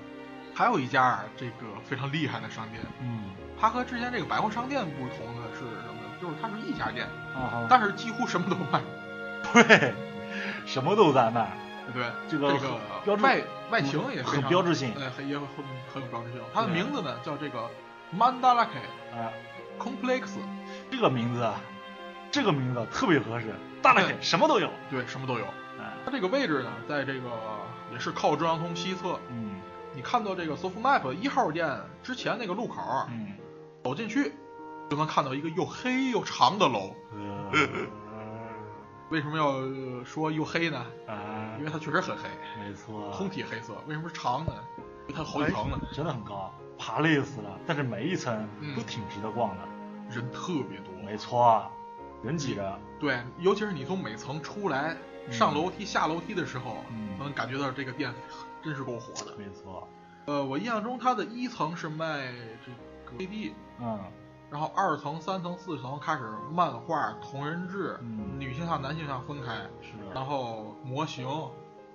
还有一家这个非常厉害的商店，
嗯，
它和之前这个百货商店不同的是什么？就是它是一家店，
啊哈，
嗯但是几乎什么都卖。
对，什么都在卖。
对，
这个
个
很标志
外外形也非
很
常
标志性
呃，很也很很有标志性。它的
对
名字呢叫这个 Mandalake
啊，
Complex，
这个名字，啊，这个名字特别合适，大了
嗯
点，什么都有。
对，什么都有。
哎，
它这个位置呢，在这个也是靠中央通西侧。
嗯
你看到这个 s o f Map 一号店之前那个路口，
嗯，
走进去就能看到一个又黑又长的楼。嗯
呃，
为什么要呃说又黑呢？
啊
因，为它确实很黑，
没错，
通体黑色。为什么是长呢？因为它
哎
好几层呢，
真的很高，爬累死了，但是每一层
嗯
都挺值得逛的。
人特别多。
没错，人挤着，
对，尤其是你从每层出来、
嗯
上楼梯、下楼梯的时候，
嗯
能感觉到这个店真是够火的。
没错，
呃，我印象中它的一层是卖这个 CD，
嗯
然后二层、三层、四层开始漫画、同人志、
嗯
女性向、男性向分开，
是
然
的，
后模型，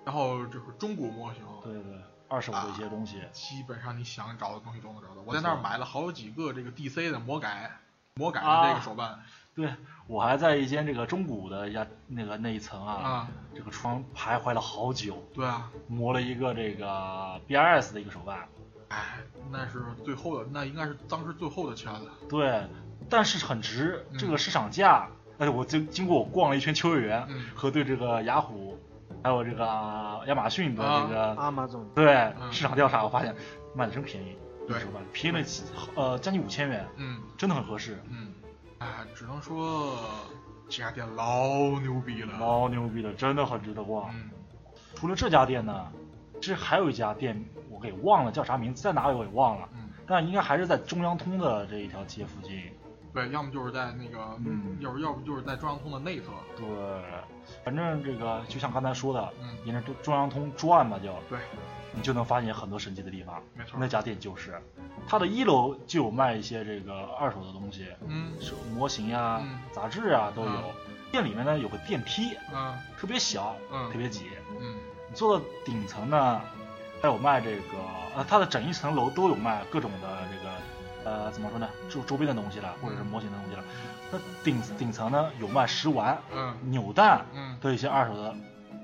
然后就是中古模型，
对对，二手的一些东西，
基本上你想找的东西都能找到。我在那儿买了好几个这个 DC 的魔改，魔改
啊
的这个手办
对我还在一间这个中古的呀那个那一层
啊
啊，这个窗徘徊了好久，
对啊，
磨了一个这个 BRS 的一个手办，
哎，那是最后的，那应该是当时最后的圈子。
对，但是很值，
嗯
这个市场价，而且我经经过我逛了一圈秋叶原、
嗯
和对这个雅虎，还有这个亚马逊的这个、
阿玛总，
对、
啊嗯
市场调查，我发现卖的真便宜，
对
手办便宜了几呃将近五千元，
嗯
真的很合适，
嗯，哎，只能说这家店老牛逼了。
老牛逼了，真的很值得逛。
嗯，
除了这家店呢，这还有一家店我给忘了叫啥名字，在哪里我也忘了，
嗯，
但应该还是在中央通的这一条街附近。
对，要么就是在那个，
嗯
要不要不就是在中央通的内侧。
对，反正这个就像刚才说的，
嗯，
沿着中中央通转吧，就
对，
你就能发现很多神奇的地方。
没错。
那家店就是，它的一楼就有卖一些这个二手的东西，
嗯
手模型呀、
嗯
杂志啊都有
啊。
店里面呢有个电梯，
啊
特别小，
嗯
特别挤。
嗯
你坐到顶层呢，还有卖这个，呃，它的整一层楼都有卖各种的这个，呃，怎么说呢，周周边的东西了，或者是模型的东西了。那顶顶层呢有卖食玩、
嗯
扭蛋
嗯，
的一些二手的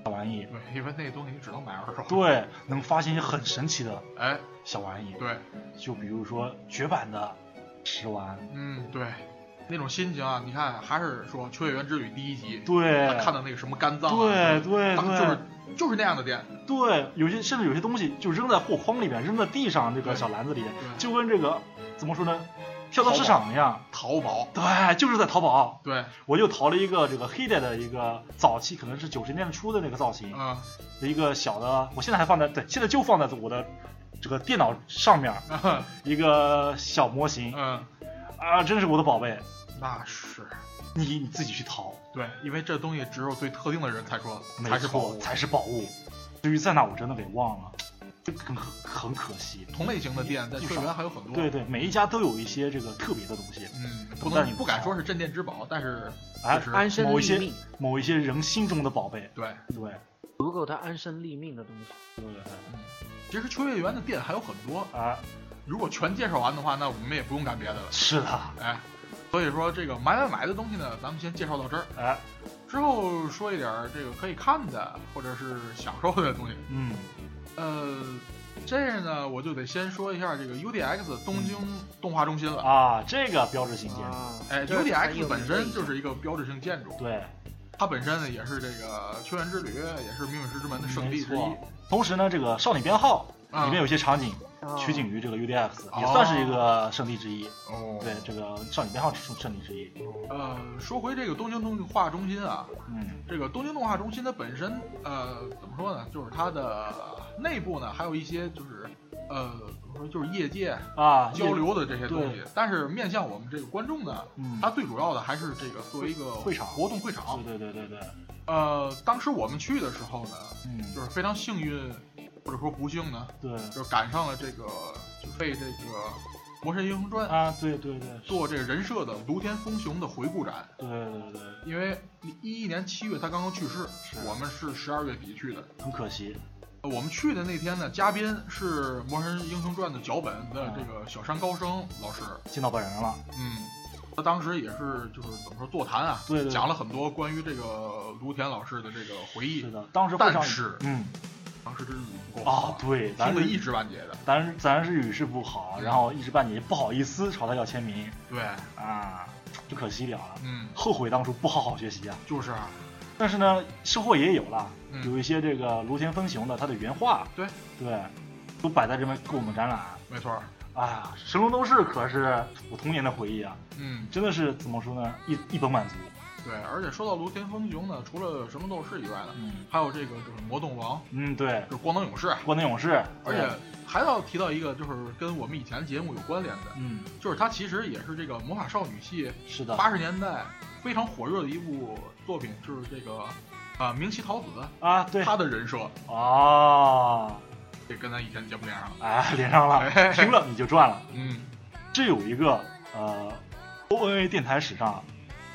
小玩意。
对，因为那东西你只能买二手。，
对，能发现一些很神奇的
哎，
小玩意，
对，
就比如说绝版的食玩，
嗯对，那种心情啊，你看还是说《秋叶原之旅》第一集，
对，
他看到那个什么肝脏啊，
对对
当
对
就是就是那样的店，
对，有些甚至有些东西就扔在货筐里面，扔在地上这个
对
小篮子里面，
对
就跟这个怎么说呢，跳蚤市场一样。
淘宝，
对，就是在淘宝，
对，
我就淘了一个这个黑带的一个早期，可能是九十年代初的那个造型
嗯，
的一个小的，我现在还放在对，现在就放在我的这个电脑上面
啊
一个小模型
嗯，
啊，真是我的宝贝，
那是
你你自己去淘，
对，因为这东西只有对特定的人才说
没
才是宝
错，
物。
才是宝物。至于在哪，我真的给忘了，这很很可惜。
同类型的店在
不
秋
少
园还有很多。
对，对，每一家都有一些这个特别的东西，
嗯，不
但你
能不敢说是镇店之宝，但嗯是
哎
确实
安身
某一
立
些
命，
某一些人心中的宝贝。
对。
对，
足够他安身立命的东西。
对
其实秋叶原的店还有很多，
啊，
如果全介绍完的话，那我们也不用干别的了。
是的，
哎，所以说这个买买买的东西呢，咱们先介绍到这儿，
哎，
之后说一点儿这个可以看的或者是享受的东西。
嗯，
呃，这呢我就得先说一下这个 UDX 东京动画中心了。
啊，这个标志性建筑，
啊，
哎
这很有
，UDX
名
本
的
身
一
就
项
是一个标志性建筑，
对，
它本身呢也是这个《秋园之旅》，也是《命运石之门》的圣地之
没。
一
错同时呢，这个少女编号
啊
里面有些场景
啊
取景于这个 UDX，也
哦
算是一个圣地之一。
哦
对，这个少女编号是圣地之一。
呃，说回这个东京动画中心啊，
嗯，
这个东京动画中心它本身，呃，怎么说呢？就是它的内部呢，还有一些就是，呃，怎么说就是业界
啊，
交流的这些东西
对。
但是面向我们这个观众呢，
嗯
它最主要的还是这个作为一个
会场
活动会场。
对对对对对，
呃，当时我们去的时候呢，
嗯，
就是非常幸运，或者说不幸呢，
对
就是赶上了这个就被这个《魔神英雄传》
啊，对对对，
做这个人设的卢天风雄的回顾展。
对对对，
因为一一年七月他刚刚去世
是，
我们是十二月底去的。
很可惜。
呃我们去的那天呢，嘉宾是《魔神英雄传》的脚本的这个小山高升老师，
见到本人了，
嗯，他当时也是就是怎么说座谈啊，
对对对
讲了很多关于这个卢田老师的这个回忆
是，的，当时会
但
上，
是
嗯，
当时真是不够
啊
好，
对，
听
咱
得一
是
知半解的，
咱咱是语势不好，然后一知半解，不好意思朝他要签名
对，
啊，就可惜了了，
嗯，
后悔当初不好好学习啊，
就是啊
但是呢，收获也有了，
嗯
有一些这个芦田丰雄的他的原画，
对
对，都摆在这边给我们展览。
没错儿，
啊，神龙斗士可是我童年的回忆啊，
嗯，
真的是怎么说呢，一一本满足。
对。而且说到卢田风雄呢，除了神龙斗士以外呢，
嗯
还有这个就是魔动王，
嗯，对，
就是光能勇士，啊
光能勇士，
而
对
且还要提到一个就是跟我们以前节目有关联的，
嗯，
就是它其实也是这个魔法少女系
是的
八十年代非常火热的一部作品，就是这个啊明熙桃子
啊，对
她的人设，
啊，
也跟咱以前节目连上了。
哎，连上了，
哎
听了你就赚了。
嗯，
这有一个呃，ONA 电台史上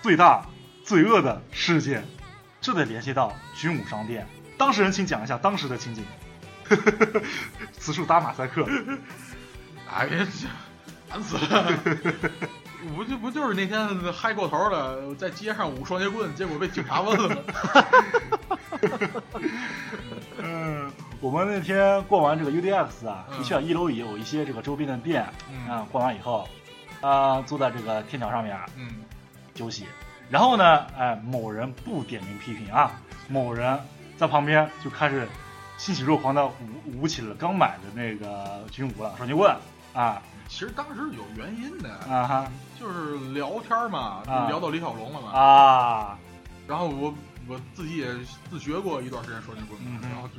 最大罪恶的事件，这得联系到军武商店。当事人请讲一下当时的情景。 此处打马赛克。
哎呀，这烦死 了！不就不就是那天嗨过头了，在街上舞双截棍，结果被警察问 了吗？
嗯，我们那天逛完这个 UDX 啊，
嗯
的确一楼也有一些这个周边的店啊、
嗯
逛完以后，啊、坐在这个天桥上面啊
嗯，
休息。然后呢，哎、某人不点名批评啊，某人在旁边就开始欣喜若狂的舞舞起了刚买的那个军服了，双截棍啊
其实当时有原因的，
啊哈
就是聊天嘛，就
啊
聊到李小龙了嘛。
啊，
然后我我自己也自学过一段时间双截棍嘛
嗯，哼
然后就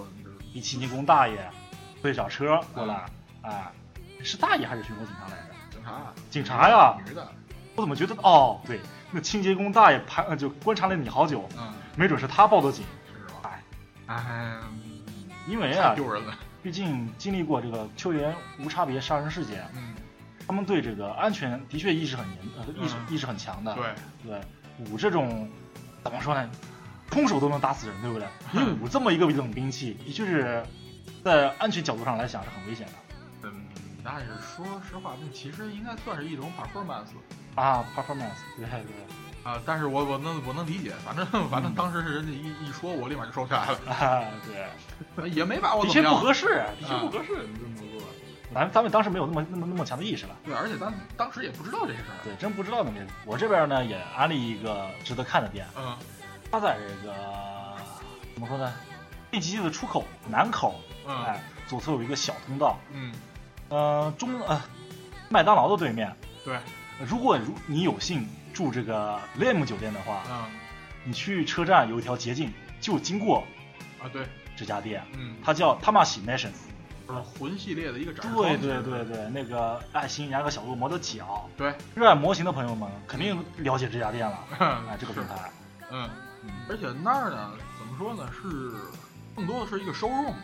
我就是
比奇尼宫大爷推小车过来啊、是大爷还是巡逻警察来着？
警察，啊
警察呀
女的，
我怎么觉得哦，对，那清洁工大爷拍呃就观察了你好久，
嗯，
没准是他报的警，
是吧？
哎，
哎，
因为
太
啊，
丢人了，
毕竟经历过这个秋园无差别杀人事件，
嗯，
他们对这个安全的确意识很严，呃，意识
嗯
意识很强的。
对，
对，武这种怎么说 呢，空手都能打死人，对不对？因为武这么一个冷兵器，的确是在安全角度上来讲是很危险的
嗯，但是说实话，那其实应该算是一种 performance
啊，performance，对对，
啊，但是我我能我能理解，反正
嗯
反正当时是人家一一说，我立马就收下来了，
啊 对，
也没把我
的确
怎么样嗯
不，合适，的确不合适。
合适，不不不，
咱咱们当时没有那么那么那么强的意识了。
对，而且咱当时也不知道这事儿，
对，真不知道那边。我这边呢也安利一个值得看的店，
嗯
它在这个怎么说呢？地基的出口南口，
嗯
哎，左侧有一个小通道，
嗯，
呃，中呃麦当劳的对面。
对，
如果如你有幸住这个 Lam 酒店的话，
嗯
你去车站有一条捷径，就经过
啊对，
这家店，
嗯，
它叫 Tamashi Nation。
就是魂系列的一个展示
对
方
对
式
对对，那个爱心然后小恶魔的脚，
对，
热爱模型的朋友们肯定了解这家店了。哎，这个
嗯是
平台，
嗯，
嗯
而且那儿呢，怎么说呢，是更多的是一个收入，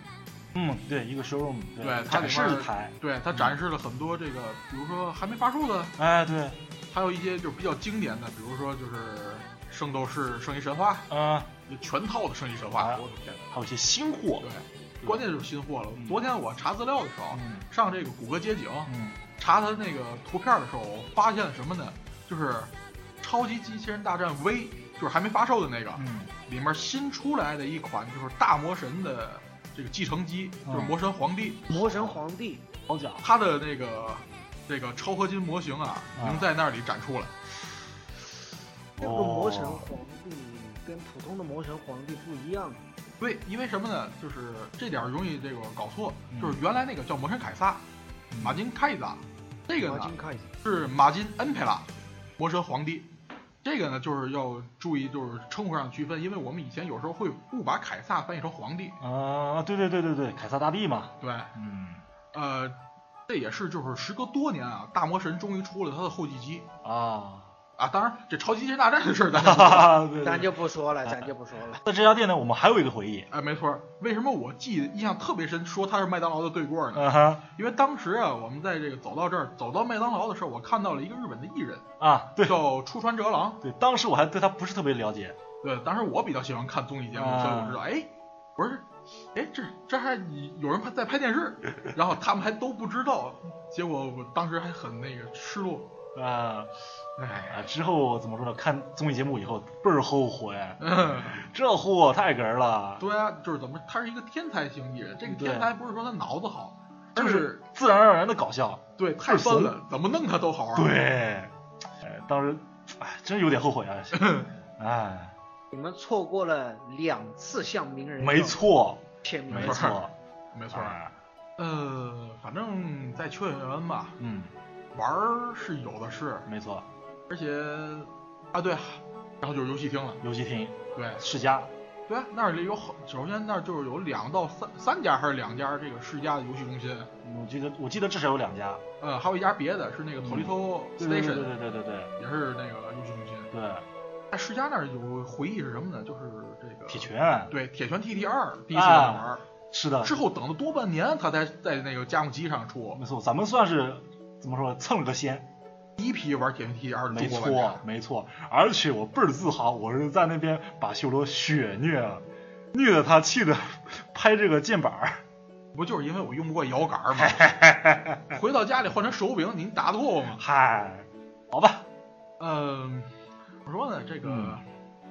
嗯，对，一个 showroom，
对它
展
里
示
面
一台，
对，它展示了很多这个，比如说还没发售的，
哎，对，
还有一些就是比较经典的，比如说就是《圣斗士圣衣神话
嗯、》
全套的《圣衣神话
啊》，
我的天哪，
还有一些新货，
对，关键就是新货了
嗯。
昨天我查资料的时候，
嗯
上这个谷歌街景
嗯，
查它那个图片的时候，我发现了什么呢？就是《超级机器人大战 V》，就是还没发售的那个，
嗯
里面新出来的一款就是大魔神的这个继承机，
嗯
就是魔神皇帝，
魔神皇帝，
好讲，
它的那个这个超合金模型啊，
啊
已经在那里展出了。
哦
那个魔神皇帝跟普通的魔神皇帝不一样，
对，因为什么呢？就是这点儿容易这个搞错，
嗯
就是原来那个叫魔神凯撒，马金凯撒，这个
我
呢
金看一下，
是马金恩佩拉，魔神皇帝。这个呢，就是要注意，就是称呼上区分，因为我们以前有时候会误把凯撒翻译成皇帝，
啊、对对对对对，凯撒大帝嘛，
对，
嗯，
呃，这也是就是时隔多年啊，大魔神终于出了他的后继机
啊，
啊。当然，这超级机器人大战的事儿 咱
哈哈，对
咱
对。
就不说了，咱就不说了。
在这家店呢，我们还有一个回忆，
哎，没错儿。为什么我记得印象特别深，说他是麦当劳的对过呢？
嗯哼，
因为当时啊，我们在这个走到这儿，走到麦当劳的时候，我看到了一个日本的艺人，
啊，对
叫出川哲郎。
对，当时我还对他不是特别了解，
对，当时我比较喜欢看综艺节目，
啊
所以我知道，哎，不是，哎，这这还有人在拍 电视，然后他们还都不知道，结果我当时还很那个失落。
啊、啊
哎呀，
之后怎么说呢？看综艺节目以后倍儿后悔，
嗯。
这货太哏儿了，
对啊，就是怎么，他是一个天才型艺人。这个
对
天才不是说他脑子好，
就
而
是自然而然的搞笑，
对太
是怂
奔了，怎么弄他都好玩。
对，哎，当时，哎，真有点后悔啊，哎，
你们错过了两次向名人
没错，
签名
没
的机会，
错，哎
没
没
错。呃，反正在秋叶原吧，
嗯，
玩儿是有的是，
没错，
而且啊对，然后就是游戏厅了。
游戏厅
对
世家，
对啊，那里有好，首先那儿就是有两到三三家还是两家这个世家的游戏中心，
我记得我记得至少有两家，
呃，还有一家别的是那个
嗯
Tolito
对对对
Station，、
对对对对
也是那个游戏中心。
对，
在世家那儿有回忆是什么呢？就是这个
铁，拳，啊
对铁拳 TT 二第一次在那玩儿，
是的，
之后等了多半年，他才在那个家用机上出
没错，咱们算是怎么说蹭了个先，
第一批玩铁拳 TT 二的
没
中国玩
错
家。
没错，而且我倍儿自豪，我是在那边把修罗血虐了，虐得他气得 拍这个键板儿，
不就是因为我用不过摇杆儿吗？ 回到家里换成手柄，您打得过我吗？
嗨，好吧，
嗯，怎么说呢？这个
嗯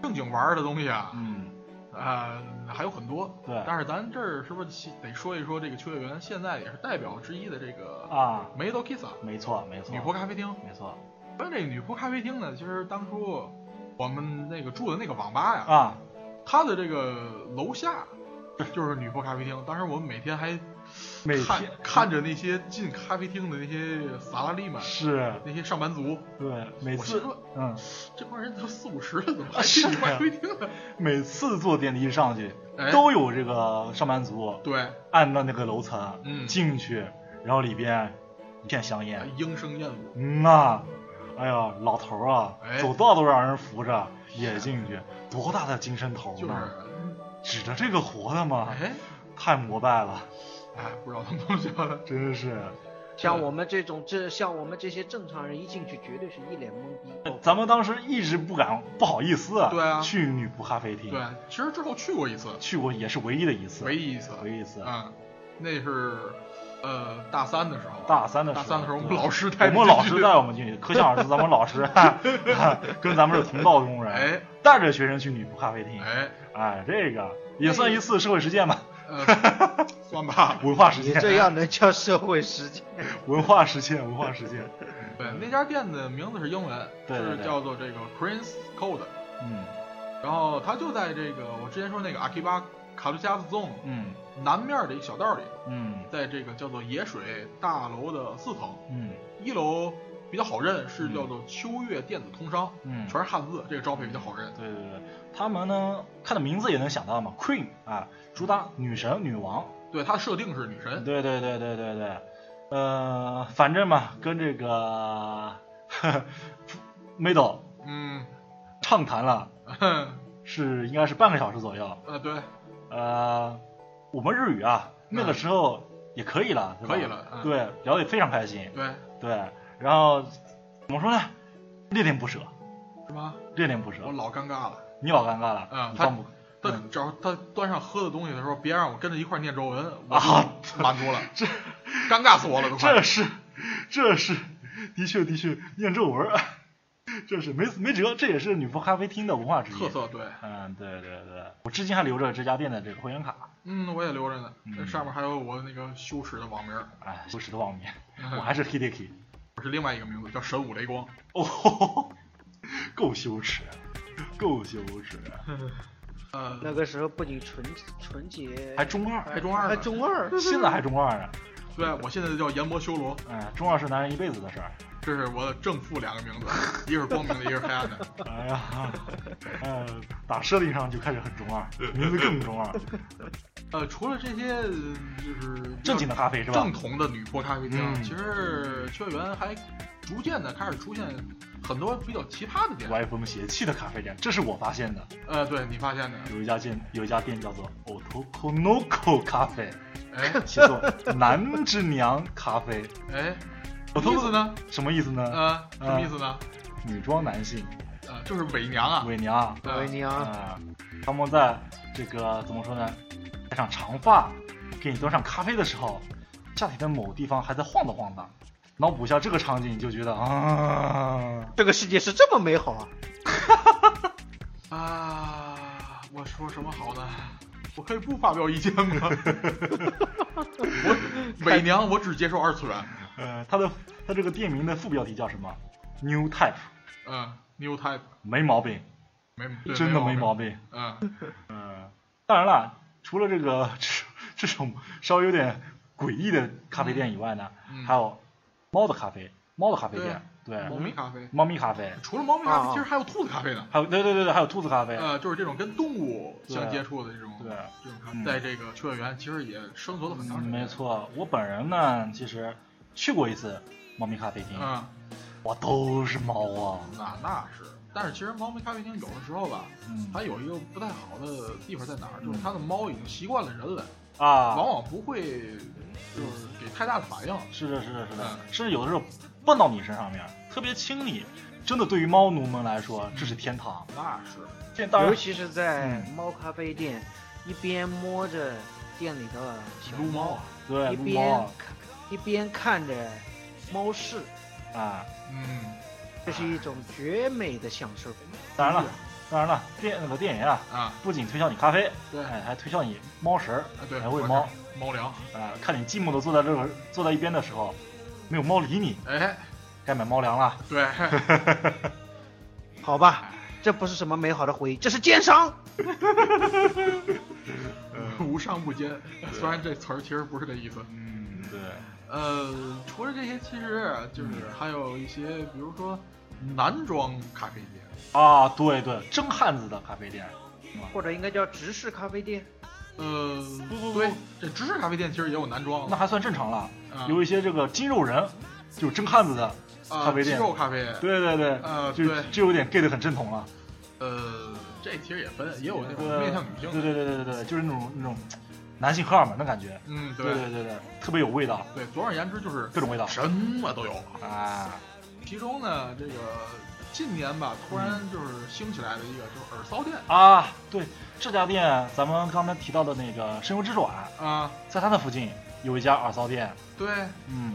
正经玩儿的东西啊，
嗯，
呃，还有很多。
对
但是咱这儿是不是得说一说这个秋叶原现在也是代表之一的这个
啊，
梅多 Kissa
没错没错，
女仆咖啡厅？
没错
关于这个女仆咖啡厅呢，其实当初我们那个住的那个网吧呀，
啊，
它的这个楼下就是女仆咖啡厅。当时我们每天还
每
看
天
看着那些进咖啡厅的那些萨拉利们，
是，
那些上班族，
对，每
我
次
心
啊
说
嗯，
这帮人都四五十了，怎么还去女仆咖啡厅呢？
每次坐电梯上去
哎，
都有这个上班族
对，啊
按到那个楼层
嗯，
进去，然后里边一片香
啊
烟，
莺声燕舞。
嗯呐，哎呀，老头儿啊
哎，
走道都让人扶着也进去，多大的精神头
就是，
呢？指着这个活的吗？
哎，
太膜拜了，
哎，不知道他们怎么想的。
真是。
像我们这种这像我们这些正常人一进去绝对是一脸懵逼。哦
咱们当时一直不敢，不好意思啊，
对啊
去女仆咖啡厅，
对，其实之后去过一次，
去过也是唯一的一次，
唯一一次，
唯一一次。
嗯，那是呃大三的时候，
大三的时
大
候，
三的时候，我们
对
老师带
我们老
进去
师带我们进去，可想而知，咱们老 师跟咱们是同道中人，
哎
带着学生去女仆咖啡厅，
哎，
哎，这个也算一次社会实践吧，
呃，算吧，
文化实
你
践，
这样能叫社会实践？
文化实践，文化实践，
对，那家店的名字是英文，
嗯对对
是
对
叫做这个 Prince Code，
嗯
然后它就在这个我之前说那个阿基巴卡杜加子纵
嗯
南面的一小道里，
嗯
在这个叫做野水大楼的四层，
嗯
一楼比较好认，是叫做秋月电子通商，
嗯，
全是汉字，这个招牌比较好认。
对对对，他们呢看的名字也能想到嘛，Queen 啊，主打女神女王，
对，它的设定是女神，
对对对对对对，呃，反正嘛，跟这个 呵呵 Middle
嗯，
畅谈了。
呃，
啊是应该是半个小时左右。
对，
呃，我们日语啊，那个时候也可以了，对吧
可以了嗯
对，聊得也非常开心。
对，
对，然后怎么说呢？恋恋不舍，
是吗？
恋恋不舍
我。老尴尬了。
你老尴尬了，
嗯
你
他
放不
他
嗯
只要他端上喝的东西的时候，别让我跟着一块念咒文，我
啊
就满足了，这尴尬死我了，都快
这。是，这是，的确的确，念皱纹儿， 这是没没辙，这也是女仆咖啡厅的文化之一。
特。色对，
嗯，对对对，我至今还留着这家店的这个会员卡，
嗯，我也留着呢，这
嗯
上面还有我那个羞耻的网名儿，
哎，不是的网名，
嗯
我还是 Hideki。
我是另外一个名字叫神武雷光。
哦，够羞耻，够羞耻，
呃，
那个时候不仅纯纯洁，
还中二，
还中二
还
呢，
中二，
现在还中二呢。
对我现在叫研磨修罗，
嗯，中二是男人一辈子的事 儿。
这是我的正负两个名字，一个是光明的，一个是黑暗的。
哎呀，呃，打设定上就开始很中 二，名字更中二。
呃，除了这些呃就是
正经的咖啡是吧？
正统的女仆咖啡厅，
嗯
其实秋叶原还逐渐的开始出现很多比较奇葩的店。
歪风邪气的咖啡店，这是我发现的。
呃，对你发现的，
有一家店，有一家店叫做 Otokonoko 咖啡，
哎
写作 男之娘咖啡。
哎，什么
Otoko-
意思呢？
什么意思呢？
呃，什么意思呢？
女装男性，
呃，就是伪娘啊，
啊伪娘啊，
呃
维尼啊，
啊，他们在这个怎么说呢，戴上长发，给你端上咖啡的时候，下体的某地方还在晃荡晃荡，脑补一下这个场景，你就觉得啊，
这个世界是这么美好啊！
啊，我说什么好呢？我可以不发表意见吗？ 我伪娘，我只接受二次元。
呃，他的他这个店名的副标题叫什么？New Type，
嗯、n e w Type
没毛病，
没对
真的没
毛
毛病。
病。嗯，
当然了，除了这个 这种稍微有点诡异的咖啡店以外呢，
嗯
还有猫的咖啡，猫的咖啡店，对，
猫咪咖啡，
猫咪咖啡，
除了猫咪咖啡，
啊
其实还有兔子咖啡呢。
还有对对对对，还有兔子咖啡，
呃，就是这种跟动物相
对
接触的这种，
对
这种咖
嗯
啡，在这个秋叶原其实也生存了很长
嗯
时间。
没，错。我本人呢，其实去过一次猫咪咖啡厅，
嗯，
哇，都是猫啊，
那那是，但是其实猫咪咖啡厅有的时候吧，
嗯
它有一个不太好的地方在哪儿，就是
嗯
它的猫已经习惯了人类，往
啊，
往不会就是给太大的反应。
是的，是的，是的，
嗯
甚至有的时候蹦到你身上面，特别亲你，真的对于猫奴们来说，这是天堂。
那是，
这当然
尤其是在
嗯
猫咖啡店，一边摸着店里的小
撸猫
猫
啊，
对
一
撸猫
边看一边看着猫市，
啊，
嗯
这是一种绝美的享受。
当然了，当然了，电那个电影啊，
啊，
不仅推销你咖啡，
对
哎，还推销你猫食儿，
啊对，
还喂
完事儿
猫，
猫粮，
啊，看你寂寞的坐在这儿坐在一边的时候，没有猫理你，
哎，
该买猫粮了。
对，呃
好吧，这不是什么美好的回忆，这是奸商。
无商不奸，虽然这词儿其实不是这意思。
嗯，对，
呃，除了这些，其实就是
嗯
还有一些，比如说男装咖啡店，
啊，对对，真汉子的咖啡店，
或者应该叫直视咖啡店。
呃，
不不不
对，这芝士咖啡店其实也有男装，
那还算正常了。
哦啊
有一些这个肌肉人，就是真汉子的，
啊
咖啡店
鸡肉咖啡，
对对对，
呃
就
对
就有点 gay 的很正统了。
呃，这其实也分，也有那种
对
面向女性
对
的，
对对对对对，就是那种那种男性荷尔蒙的感觉。
嗯，
对对对对，特别有味道，
对，总而言之就是
各种味道
什么都有。
啊，
其中呢，这个近年吧，突然就是兴起来的一个就是耳骚店
啊，对，这家店咱们刚才提到的那个深游之爪，
啊，
在它的附近有一家耳骚店，
对，
嗯，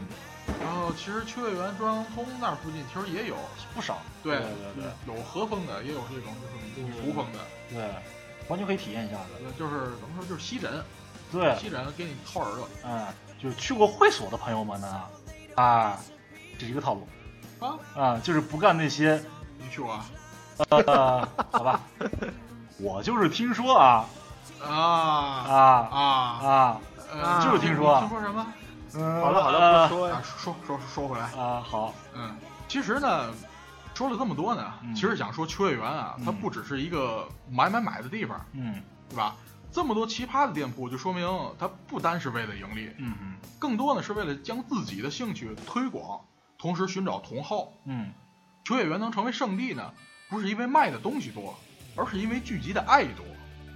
然后其实秋叶原中央通那儿附近其实也有，
不少，
对嗯
对对对
有和风的，也有这种就是女仆风的，
对，完全可以体验一下的。
呃就是怎么说，就是吸枕，
对，
吸枕给你掏耳朵
嗯，就去过会所的朋友们呢，啊，这是一个套路
啊，
啊，就是不干那些，
你去过啊？
呃，好吧， 我就是听说啊
啊
啊
啊！
啊，
呃，
就是听说啊
听说什么？
嗯，
好了好
呃
了，不说
啊
了。，
说说说回来，
啊，好，
嗯，其实呢，说了这么多呢，
嗯
其实想说秋叶原啊，
嗯
它不只是一个买买买的地方，
嗯
对吧？这么多奇葩的店铺，就说明它不单是为了盈利，
嗯嗯
更多呢是为了将自己的兴趣推广，同时寻找同好。
嗯，
秋叶原能成为圣地呢，不是因为卖的东西多，而是因为聚集的爱多。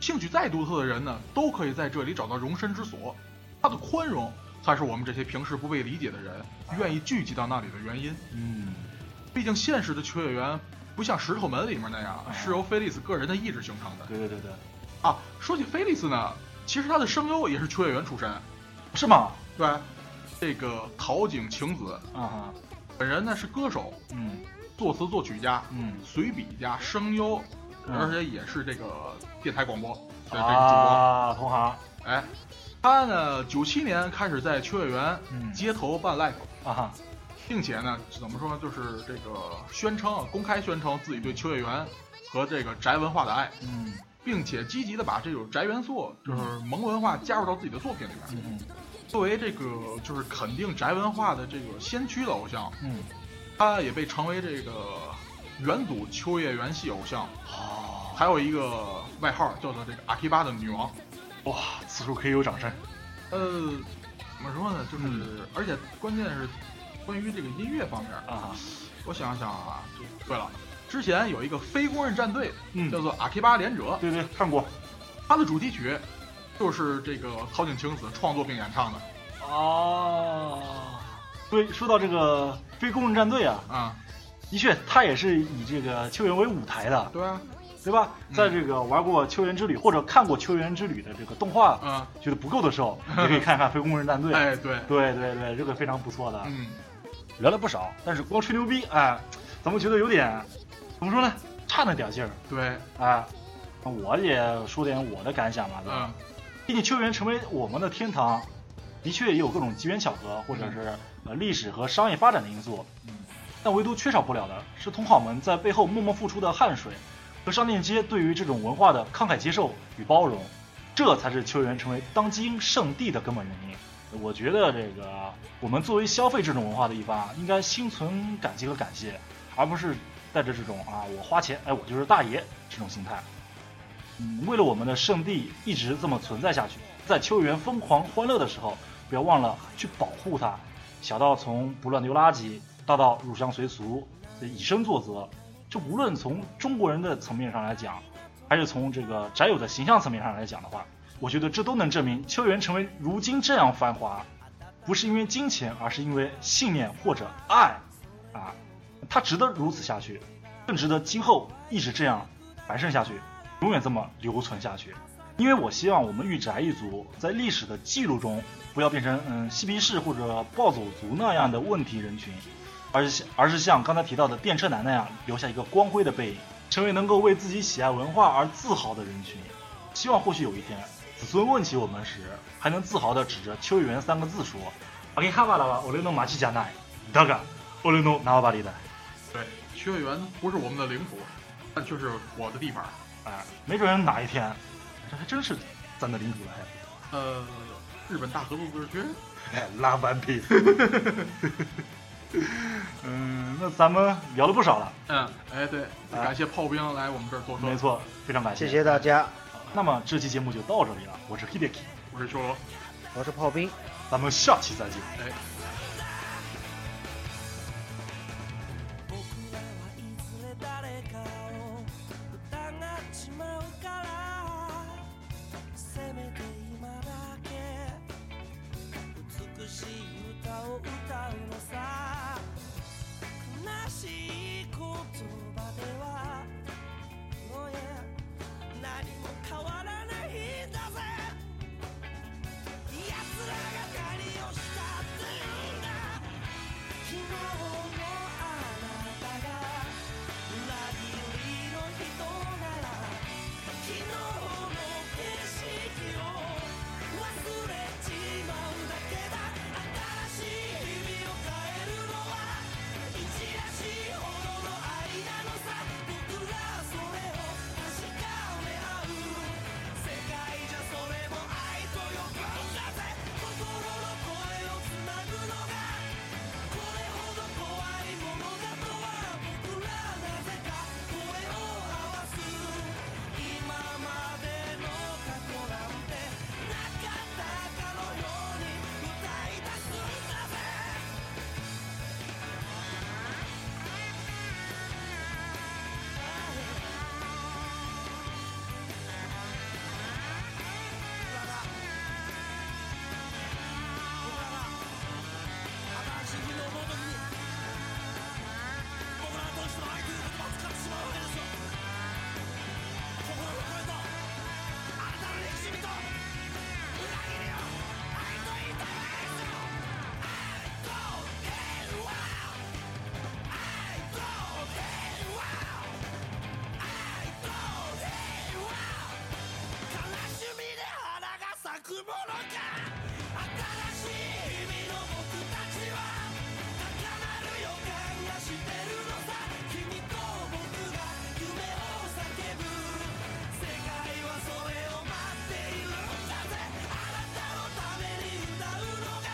兴趣再独特的人呢，都可以在这里找到容身之所。它的宽容，才是我们这些平时不被理解的人愿意聚集到那里的原因。
嗯，
毕竟现实的秋叶原不像《石头门》里面那样
嗯
是由菲利斯个人的意志形成的
对对对对，
啊。说起菲利斯呢，其实他的声优也是秋叶原出身，
是吗？
对，这个桃井晴子
啊哈，
本人呢是歌手、
嗯
作词作曲家、
嗯，
随笔家、声优，
嗯
而且也是这个电台广播的这个主播。
啊，同行，
哎，他呢，九七年开始在秋叶原
嗯
街头办 live，、
啊哈，
并且呢，怎么说，就是这个宣称啊，公开宣称自己对秋叶原和这个宅文化的爱，
嗯
并且积极的把这种宅元素，就是萌文化加入到自己的作品里面。
嗯
作为这个就是肯定宅文化的这个先驱的偶像，
嗯，
他也被成为这个元祖秋叶原系偶像。
好，
还有一个外号叫做这个阿提巴的女王。
哇，此处可以有掌声，
呃，怎么说呢？就是，
嗯
而且关键是关于这个音乐方面，
啊，
我想想啊，就对了，之前有一个非公认战队
嗯，
叫做阿提巴连者，
对对，看过，
它的主题曲就是这个草井晴子创作并演唱的
哦，对，说到这个非公认战队啊，
啊、
的确，他也是以这个秋园为舞台的，
对啊，
对吧？
嗯
在这个玩过《秋园之旅》或者看过《秋园之旅》的这个动画
嗯、
觉得不够的时 候，也可以看看《非公认战队》。
哎，对，
对对对，这个非常不错的。
嗯，
聊了不少，但是光吹牛逼，哎，咱们觉得有点怎么说呢？差那点劲儿
对，
啊。我也说点我的感想吧，对吧？
嗯，
毕竟秋园成为我们的天堂，的确也有各种机缘巧合，或者是呃历史和商业发展的因素。
嗯，
但唯独缺少不了的是同好们在背后默默付出的汗水和商店街对于这种文化的慷慨接受与包容，这才是秋园成为当今圣地的根本原因。我觉得这个我们作为消费这种文化的一方，应该心存感激和感谢，而不是带着这种啊我花钱哎我就是大爷这种心态。嗯，为了我们的圣地一直这么存在下去，在秋园疯狂欢乐的时候，不要忘了去保护它。小到从不乱丢垃圾，大到入乡随俗，以身作则，就无论从中国人的层面上来讲，还是从这个宅友的形象层面上来讲的话，我觉得这都能证明秋园成为如今这样繁华，不是因为金钱，而是因为信念或者爱，啊，它值得如此下去，更值得今后一直这样繁盛下去，永远这么留存下去。因为我希望我们御宅一族在历史的记录中，不要变成嗯嬉皮士或者暴走族那样的问题人群，而是而是像刚才提到的电车男那样留下一个光辉的背影，成为能够为自己喜爱文化而自豪的人群。希望或许有一天，子孙问起我们时，还能自豪地指着“秋园”三个字说：“阿给哈巴拉巴，我勒诺马奇加奈，大嘎，我勒诺拿瓦巴里的。
对，秋叶原不是我们的领土，但却是我的地盘儿。”
哎，没准哪一天，这还真是咱的领主了还。
呃，日本大和平不是军，
哎
拉完屁。 嗯，那咱们聊了不少了，
嗯，哎对，感谢炮兵来我们这儿做客。
没，错，非常感
谢谢大家，
那么这期节目就到这里了，我是 Hideki，
我是修罗。
我是炮兵。
咱们下期再见。
哎。
僕らはいずれ誰かを疑っちまうからせめて今だけ美しい歌を歌うのさ悲しい言葉ではもうや何も変わらないんだぜ奴らが何をしたっていうんだ「昨日のあなたが裏切りの人なら」「昨日の景色を忘れちまうだけだ」「新しい日々を変えるのは一夜しほどの間のさ」「僕らはそれを確かめ合う」「世界じゃそれも愛と呼ぶんだぜ」「心の声をつなぐのが」これほど怖いものだとは僕らなぜか声を上げて叫ぶんだ今までの過去なんてなかったかのように歌い出すんだぜ新しい日のごとに僕らとしての IQ が爆発しまうわけですよ心の声とあなたの憎しみと裏切りを愛と言いたいわけですよ I don't care wow I don't care wow I don't care wow 悲しみで花が咲くものか新しい意味の僕たちは高鳴る予感がしてるのさ君と僕が夢を叫ぶ世界はそれを待っているんだぜあなたのために歌うのが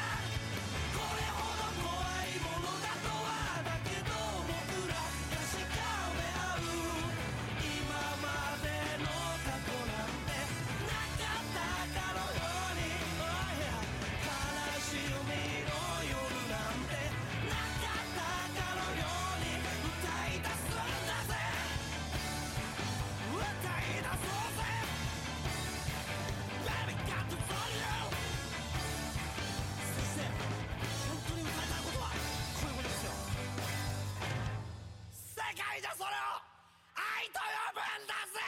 これほど怖いものだとはだけど僕ら確かめ合う今までの過去なんてなかったかのように Oh yeah 悲しみの夜なんてなかったかのように歌い出すんだぜ歌い出そうぜ Baby got to tell you 先生本当に歌いたいことはこういうことですよ世界じゃそれを愛と呼ぶんだぜ